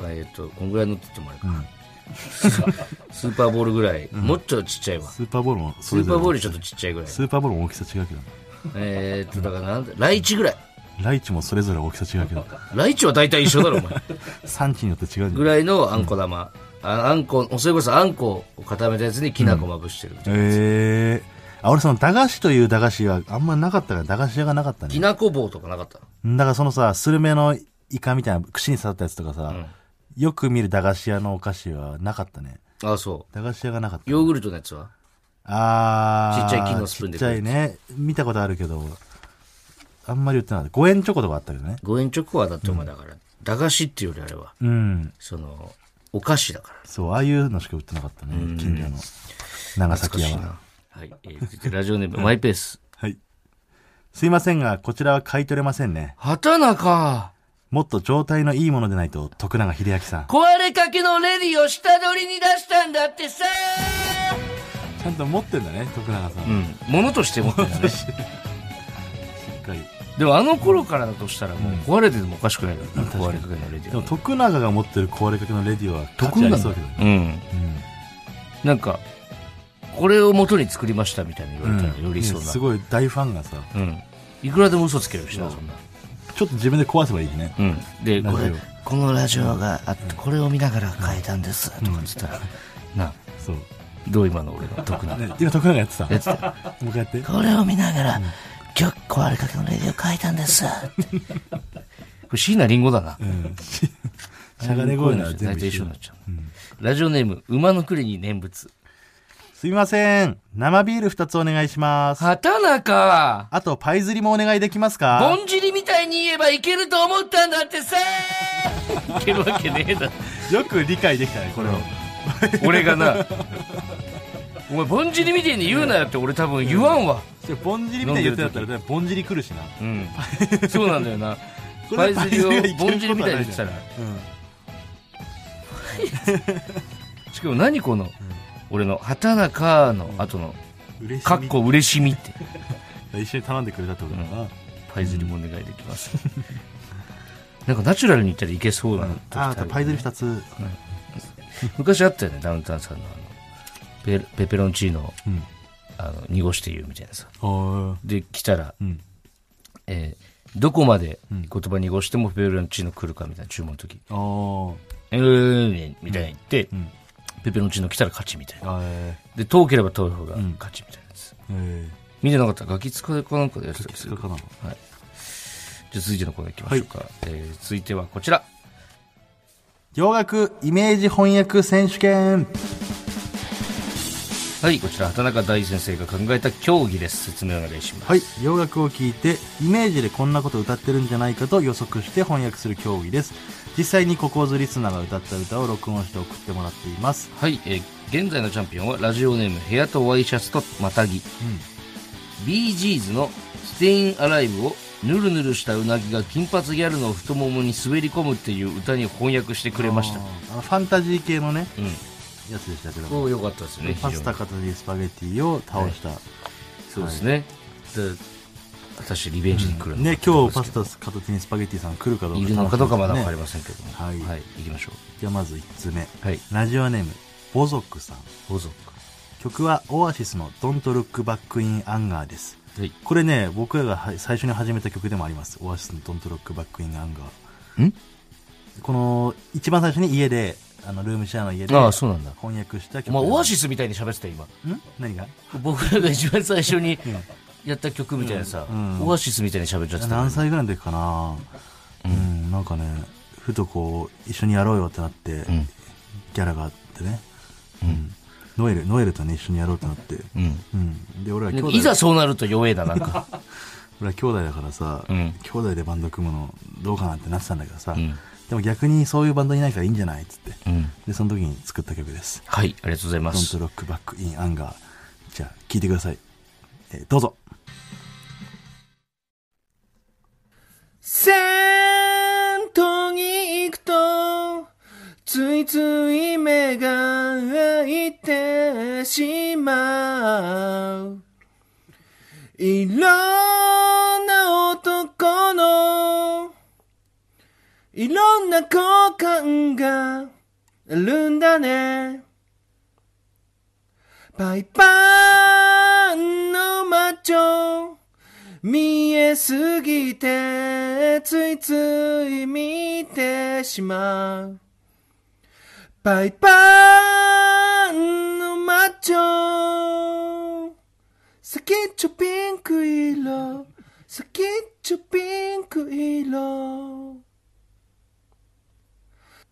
Speaker 1: えっ、とこんぐらいのって言ってもあれか、
Speaker 2: うん
Speaker 1: スーパーボールぐらい、もっとちっちゃいわ
Speaker 2: スーパーボールも
Speaker 1: ス
Speaker 2: それ
Speaker 1: ー
Speaker 2: ぞ
Speaker 1: パ
Speaker 2: れ
Speaker 1: ーボールちょっとちっちゃいぐらい
Speaker 2: スーパーボールも大きさ違うけど
Speaker 1: えーっとだからなんだライチぐらい
Speaker 2: ライチもそれぞれ大きさ違うけど
Speaker 1: ライチは大体一緒だろお前
Speaker 2: 産地によって違うんじ
Speaker 1: ぐ
Speaker 2: ゃない
Speaker 1: らいのあんこ玉、ああんこそれこそあんこを固めたやつにきな粉まぶしてるみたいな、
Speaker 2: えー、あ俺その駄菓子という駄菓子はあんまなかったから駄菓子屋がなかった
Speaker 1: き
Speaker 2: ね
Speaker 1: なこ棒とかなかった
Speaker 2: だからそのさスルメのイカみたいな串に刺さったやつとかさ、よく見る駄菓子屋のお菓子はなかったね
Speaker 1: ああそ
Speaker 2: 駄菓子屋がなかった
Speaker 1: うヨーグルトのやつは
Speaker 2: あー
Speaker 1: ちっちゃい金のスプーンで
Speaker 2: ちっちゃいね見たことあるけどあんまり売ってなかった5円チョコとかあったけどね
Speaker 1: 5円チョコはだってお前だから、駄菓子っていうよりあれは
Speaker 2: うん
Speaker 1: そのお菓子だから
Speaker 2: そうああいうのしか売ってなかったね近所の長
Speaker 1: 懐か
Speaker 2: 崎
Speaker 1: しい
Speaker 2: 屋は
Speaker 1: なはい、えー続いてラジオネームマイペース
Speaker 2: はいすいませんがこちらは買い取れませんね
Speaker 1: 畑中
Speaker 2: もっと状態のいいものでないと徳永英明さん
Speaker 1: 壊れかけのレディを下取りに出したんだってさ
Speaker 2: ちゃんと持ってんだね徳永さん、
Speaker 1: う
Speaker 2: し
Speaker 1: ん物として持ってるんだね
Speaker 2: っかり
Speaker 1: でもあの頃からだとしたらもう壊れててもおかしくないからな、壊れかけのレデ
Speaker 2: でも
Speaker 1: ィ
Speaker 2: 徳永が持ってる壊れかけのレディは価値ありそうだけどね、
Speaker 1: うん
Speaker 2: うん
Speaker 1: なんかこれを元に作りましたみたいに言われたらよりそう
Speaker 2: ね
Speaker 1: な
Speaker 2: すごい大ファンがさ
Speaker 1: うん、いくらでも嘘つけるしなそんな
Speaker 2: ちょっと自分で壊せばいいね
Speaker 1: うんで
Speaker 2: ラジオ
Speaker 1: これこのラジオがあってこれを見ながら変えたんですとか言ってたら、な
Speaker 2: そう
Speaker 1: どう今の俺の得な、
Speaker 2: ね今徳永やってた
Speaker 1: やつだ
Speaker 2: もう一回やって
Speaker 1: これを見ながら、今日壊 れかけのレディを変えたんです。これ椎名林檎だな。
Speaker 2: うんしゃがね声なら全
Speaker 1: 大
Speaker 2: 部
Speaker 1: 体一
Speaker 2: 一
Speaker 1: 緒
Speaker 2: 緒
Speaker 1: に
Speaker 2: だ
Speaker 1: なっちゃう。ラジオネーム、馬の栗に念仏。
Speaker 2: すみません生ビール2つお願いします
Speaker 1: 畑中、
Speaker 2: あとパイ釣りもお願いできますか
Speaker 1: ぼんじりみたいに言えばいけると思ったんだって さいけるわけねえだろ
Speaker 2: よく理解できたねこれを、
Speaker 1: 俺がな、お前、ぼんじりみたいに言うなよって俺多分言わんわ。
Speaker 2: じゃあぼんじりみたいに言ってたらねぼんじり来るしな
Speaker 1: うん。そうなんだよな。
Speaker 2: こ
Speaker 1: パ
Speaker 2: れ
Speaker 1: イ釣りを
Speaker 2: パイ釣りがいけることは
Speaker 1: ぼんじりみたいに言ってたら。しかも何この、俺の畑中の後の、
Speaker 2: 嬉しい
Speaker 1: かっこ嬉しみって。
Speaker 2: 一緒に頼んでくれたってことだな、
Speaker 1: パイ釣りもお願いできます。なんかナチュラルに言ったらいけそうな時
Speaker 2: あ
Speaker 1: ある
Speaker 2: あ
Speaker 1: よ
Speaker 2: と
Speaker 1: ね
Speaker 2: パイ釣り2つ、
Speaker 1: 昔あったよね、ダウンタウンさんのあのペペペロンチーノを
Speaker 2: うん
Speaker 1: あの濁して言うみたいなさ。
Speaker 2: おー
Speaker 1: で、来たら、
Speaker 2: うん
Speaker 1: えーどこまで言葉濁してもペペロンチーノ来るかみたいな注文の時、
Speaker 2: おー
Speaker 1: えー、みたいな言って、
Speaker 2: ん
Speaker 1: ペペロンチーノ来たら勝ちみたいな。
Speaker 2: あー
Speaker 1: で、遠ければ遠い方が勝ちみたいなやつ。
Speaker 2: え
Speaker 1: 見てなかったらガキ使いかなんかでやってた
Speaker 2: ー、
Speaker 1: り
Speaker 2: き
Speaker 1: す
Speaker 2: つ
Speaker 1: るか
Speaker 2: かかな
Speaker 1: はい。じゃあ続いてのコーナー行きましょうか。えー続いてはこちら。
Speaker 2: 洋楽イメージ翻訳選手権
Speaker 1: はい、こちら、畑中大先生が考えた競技です。説明お願いします。
Speaker 2: はい洋楽を聞いてイメージでこんなこと歌ってるんじゃないかと予測して翻訳する競技です実際にココーズリスナーが歌った歌を録音して送ってもらっています
Speaker 1: はい、えー現在のチャンピオンはラジオネーム部屋とワイシャツとまたぎ、BG's のステインアライブをぬるぬるしたうなぎが金髪ギャルの太ももに滑り込むっていう歌に翻訳してくれました
Speaker 2: あーあのファンタジー系のね
Speaker 1: うん
Speaker 2: やつでしたけど
Speaker 1: こ
Speaker 2: も
Speaker 1: れ良かったですよね
Speaker 2: パスタ
Speaker 1: 非
Speaker 2: 片手にスパゲティを倒し
Speaker 1: 常
Speaker 2: た、
Speaker 1: にそうですね、で私リベンジに来るのか
Speaker 2: ね今日パスタ片手にスパゲティさん来るかどうか
Speaker 1: いるのかどうかまだ分か
Speaker 2: 楽しみ
Speaker 1: りませ
Speaker 2: で
Speaker 1: んけども、
Speaker 2: はい
Speaker 1: はい、行きましょ
Speaker 2: すねじゃあまず1つ目
Speaker 1: うはい
Speaker 2: ラジオネームボゾックさん
Speaker 1: どうぞ
Speaker 2: 曲はオアシスの「Don't Look Back in Anger」です
Speaker 1: はい
Speaker 2: これね僕らがは最初に始めた曲でもありますオアシスの「Don't Look Back in Anger
Speaker 1: ん」
Speaker 2: この一番最初に家であのルームシェアの家で
Speaker 1: ああそうなんだ
Speaker 2: 翻訳した
Speaker 1: お
Speaker 2: 曲
Speaker 1: 前オア
Speaker 2: シ
Speaker 1: シスみたいに喋ってた今
Speaker 2: ん何が
Speaker 1: 僕らが一番最初にやった曲みたいなさ、
Speaker 2: うんうん
Speaker 1: オアシスみたいに喋っちゃってた
Speaker 2: 何歳ぐらいの時かなうん、なんかねふとこう一緒にやろうよってなって、
Speaker 1: ん
Speaker 2: ギャラがあってね、うん、ノエルノエルとね一緒にやろうってなって、
Speaker 1: うん
Speaker 2: うん、で俺ら兄
Speaker 1: なんか
Speaker 2: 弟
Speaker 1: いざそうなると弱えな、なんか。
Speaker 2: 俺は兄弟だからさ、
Speaker 1: うん
Speaker 2: 兄弟でバンド組むのどうかなってなってたんだけどさ、
Speaker 1: ん
Speaker 2: でも逆にそういうバンドいないからいいんじゃないっつって、
Speaker 1: うん
Speaker 2: でその時に作った曲です
Speaker 1: はい、ありがとうござい
Speaker 2: 「
Speaker 1: ま
Speaker 2: Don't
Speaker 1: す。
Speaker 2: Look Back in Anger」じゃあ聴いてください、えーど うぞ
Speaker 1: 銭湯に行くと、ついつい目が 開いてしまう。いろんな男の、いろんな好感があるんだね。
Speaker 3: パイパンのマッチョ見えすぎてついつい見てしまうパイパンのマッチョ先っちょピンク色先っちょピンク色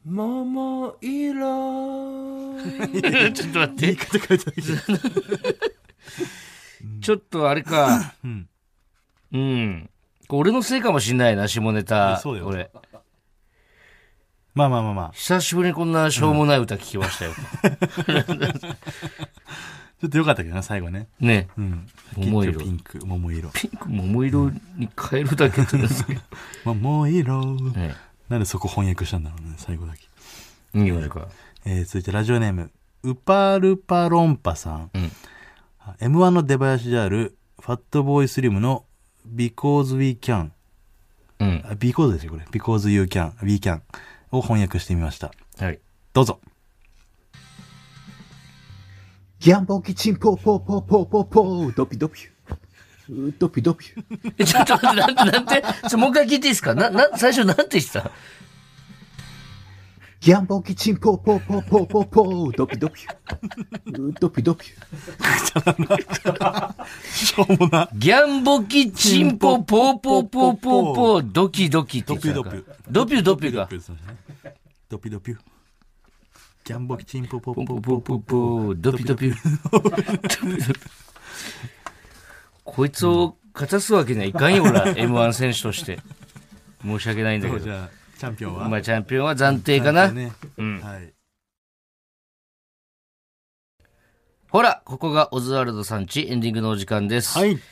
Speaker 3: 桃色
Speaker 1: ちょっと待って。ちょっとあれか。うん。これ俺のせいかもしんないな、下ネ
Speaker 2: い
Speaker 1: タ
Speaker 2: や。そうだよ
Speaker 1: 俺。
Speaker 2: まあまあまあまあ
Speaker 1: 久しぶりにこんなしょうもない歌聞きましたよ。
Speaker 2: ちょっとよかったけどな最後ね
Speaker 1: ね。
Speaker 2: うん
Speaker 1: 桃色
Speaker 2: 先っちょピンク桃色
Speaker 1: ピンク桃色に変えるだけってなん ですけど。
Speaker 2: 桃色、
Speaker 1: ね。
Speaker 2: なんでそこ翻訳したんだろうね最後だけ、
Speaker 1: いいよ、俺か。
Speaker 2: えー続いてラジオネームウパルパロンパさん、
Speaker 1: うん
Speaker 2: m 1の出囃子であるファットボーイスリムの Because We Can
Speaker 1: うん。
Speaker 2: あ Because ですよこれ Because You Can We Can を翻訳してみました
Speaker 1: はい。
Speaker 2: どうぞ
Speaker 3: ギャンボキチンポポポポポポドピドピュドピドピュ
Speaker 1: えちょっと待って、なんて、なんて、ちょもう一回聞いていいですかな、な、最初なんてした
Speaker 3: ギャンボキチンポポポポポポドピドピュドピドピ
Speaker 2: しょうも な
Speaker 1: ギャンボキ、チンポ、ポーポーポーポーポー、ドキドキって言ってたのか
Speaker 2: ドピュドピュ
Speaker 1: ドピュドピュが。
Speaker 2: ドピドピュ。ギャンボキチンポポポ
Speaker 1: ポン
Speaker 2: ポ
Speaker 1: ポポ
Speaker 2: ポポ
Speaker 1: ポ
Speaker 2: ポ。
Speaker 1: ポドピドピ。こいつを勝たすわけにはいかんよ、 俺は、M1 選手として。申し訳ないんだけ
Speaker 2: じ
Speaker 1: ど。
Speaker 2: ゃあ、チャンピオンは
Speaker 1: まあ、チャンピオンは暫定かな。
Speaker 2: ね
Speaker 1: うん。
Speaker 2: はい。
Speaker 1: ほら、ここがオズワルドさんち、エンディングのお時間です。
Speaker 2: は
Speaker 1: 大
Speaker 2: い。
Speaker 1: 丈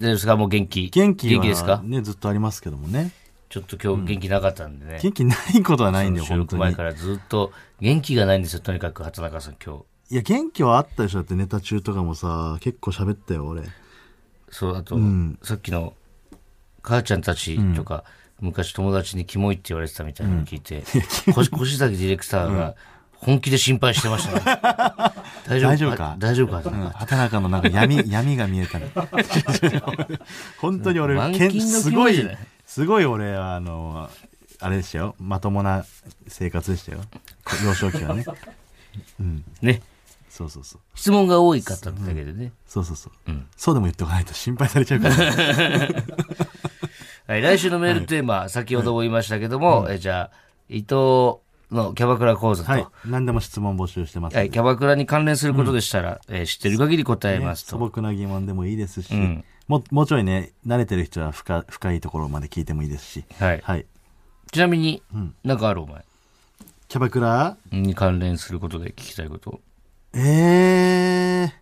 Speaker 1: 夫ですかもう元気。
Speaker 2: 元気
Speaker 1: 元気です
Speaker 2: は
Speaker 1: か
Speaker 2: ね、ずっとありますけどもね。
Speaker 1: ちょっと今日元気なかったんでね。
Speaker 2: 元気ないことはないんだよ、
Speaker 1: 収
Speaker 2: 本
Speaker 1: 録
Speaker 2: 当
Speaker 1: 前
Speaker 2: に
Speaker 1: か。らずっと元気がないんですよ、とにかく、畑中さん、今日。
Speaker 2: いや、元気はあったでしょ。だってネタ中とかもさ、結構喋ったよ、俺。
Speaker 1: そう、あと、
Speaker 2: ん
Speaker 1: さっきの、母ちゃんたちとか、昔友達にキモいって言われてたみたいなの聞いて、こしこしだけディレクターが、本気で心配してま したね。大
Speaker 2: 大丈夫か
Speaker 1: あ大丈夫かと
Speaker 2: うん
Speaker 1: か。
Speaker 2: 畑中のなん か闇、闇が見えたね。 本当に俺、
Speaker 1: 満
Speaker 2: け
Speaker 1: 金
Speaker 2: ん
Speaker 1: の
Speaker 2: すご
Speaker 1: 気持ちじゃ
Speaker 2: い
Speaker 1: ない、
Speaker 2: すごい俺は、あの、あれでしたよ。まともな生活でしたよ。幼少期 はね。
Speaker 1: ね。
Speaker 2: そうそうそう。
Speaker 1: 質問が多い方だけでね。
Speaker 2: そうそうそう。そうでも言っておかないと心配されちゃうから。
Speaker 1: はい、来週のメールテーマ、先ほども言いましたけども、えじゃあ、伊藤のキャバクラ講座と、
Speaker 2: はい。何でも質問募集してますんで。
Speaker 1: はい、キャバクラに関連することでしたら、えー知ってる限り答え
Speaker 2: ね
Speaker 1: ます
Speaker 2: 素
Speaker 1: と。
Speaker 2: 朴な疑問でもいいですし、
Speaker 1: ん
Speaker 2: ももうちょいね慣れてる人は深深いところまで聞いてもいいですし、
Speaker 1: はい。
Speaker 2: はい、
Speaker 1: ちなみに、なんかあるお前。
Speaker 2: キャバクラ
Speaker 1: に関連することで聞きたいこと。
Speaker 2: えー、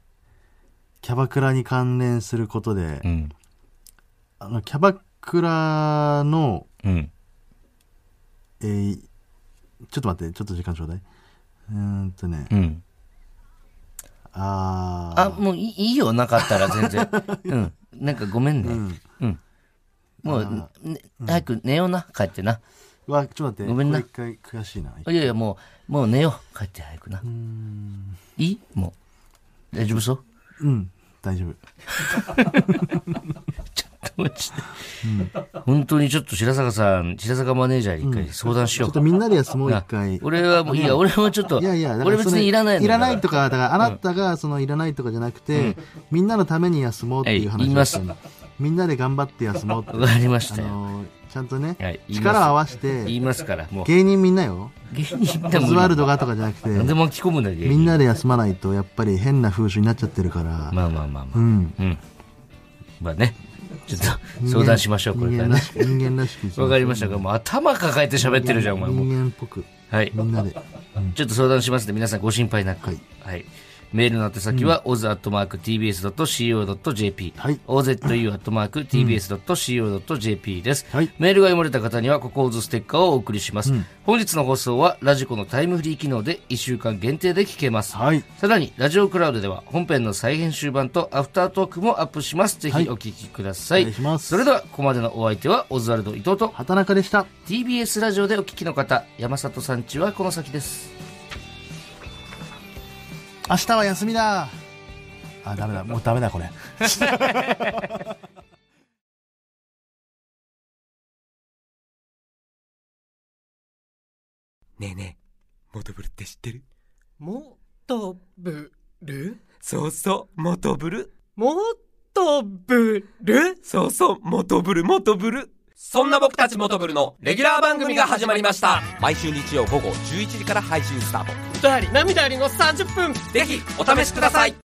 Speaker 2: キャバクラに関連することで、
Speaker 1: うん。
Speaker 2: あのキャバクラの、
Speaker 1: うん。
Speaker 2: えーちょっと待ってちょっと時間ちょうだいうーんとね、
Speaker 1: うん。
Speaker 2: あー
Speaker 1: あ、もういいいいよ、なかったら全 然。うん。なんかごめんね。うん。もう、ね早く寝ような、帰ってな。
Speaker 2: うわちょっと待って
Speaker 1: ごめんな
Speaker 2: これ一回悔しいない
Speaker 1: やいや、もう、もう寝よう。帰って早くな。いいもう。大丈夫そう
Speaker 2: うん大丈夫
Speaker 1: マジで本当にちょっと白坂さん、白坂マネージャーに一回相談し
Speaker 2: ち
Speaker 1: よ
Speaker 2: ょっ
Speaker 1: う。
Speaker 2: とみんなで休もう一
Speaker 1: な
Speaker 2: 回
Speaker 1: 俺はもう、いや、俺はちょっと、
Speaker 2: いやいや、だから
Speaker 1: 俺別
Speaker 2: それ
Speaker 1: にいらないの
Speaker 2: いらない
Speaker 1: だ
Speaker 2: とか、だからあなたがそのいらないとかじゃなくて、みんなのために休もうっていう
Speaker 1: はい言い
Speaker 2: 話
Speaker 1: ま
Speaker 2: ですすみんなで頑張って 休もうって
Speaker 1: ら。、わかりまし
Speaker 2: あ
Speaker 1: たよ。
Speaker 2: のー、ちゃんとね、
Speaker 1: はい言います
Speaker 2: 力を合わせ
Speaker 1: 言
Speaker 2: て
Speaker 1: い、ますから、もう。
Speaker 2: 芸人みんなよ。
Speaker 1: 芸人で
Speaker 2: オズワ
Speaker 1: も、
Speaker 2: ルドがとかじゃなく
Speaker 1: 何で
Speaker 2: て、
Speaker 1: も巻き込むんだ、芸人。
Speaker 2: みんなで休まないとやっぱり変な風習になっちゃってるから、
Speaker 1: まあまあまあまあ
Speaker 2: う。ん。
Speaker 1: うん。まあね。ちょっと相談しましょう、これ
Speaker 2: 人
Speaker 1: か
Speaker 2: 間
Speaker 1: らね。
Speaker 2: らしく、人間らしく。
Speaker 1: わかりましたかもう頭抱えて喋ってるじゃん、お前もう。
Speaker 2: 人間っぽく、
Speaker 1: はい。
Speaker 2: みんなで。
Speaker 1: ちょっと相談しますんで、皆さんご心配なく。は
Speaker 2: はいい。
Speaker 1: メールの宛先は、oz.tbs.co.jp、
Speaker 2: はい
Speaker 1: ozu.tbs.co.jp です、
Speaker 2: はい
Speaker 1: メールが読まれた方には、ここオズステッカーをお送りします、本日の放送は、ラジコのタイムフリー機能で1週間限定で聞けます。
Speaker 2: はい。
Speaker 1: さらに、ラジオクラウドでは、本編の再編集版とアフタートークもアップします。ぜひお聞きください。
Speaker 2: お願いします
Speaker 1: それでは、ここまでのお相手は、オズワルド伊藤と、
Speaker 2: 畑中でした。
Speaker 1: TBS ラジオでお聞きの方、山里さんちはこの先です。
Speaker 2: 明日は休みだあ、ダメだ。もうダメだ、これ。
Speaker 4: ねえねえ、モトブルって知ってる
Speaker 5: もとぶる
Speaker 4: そうそう、モトブル。
Speaker 5: もとぶる
Speaker 4: そうそう、モトブル、モトブル。そんな僕たちモトブルのレギュラー番組が始まりました。毎週日曜午後11時から配信スタート。
Speaker 5: 歌あり涙ありの30分
Speaker 4: ぜひ、お試しください。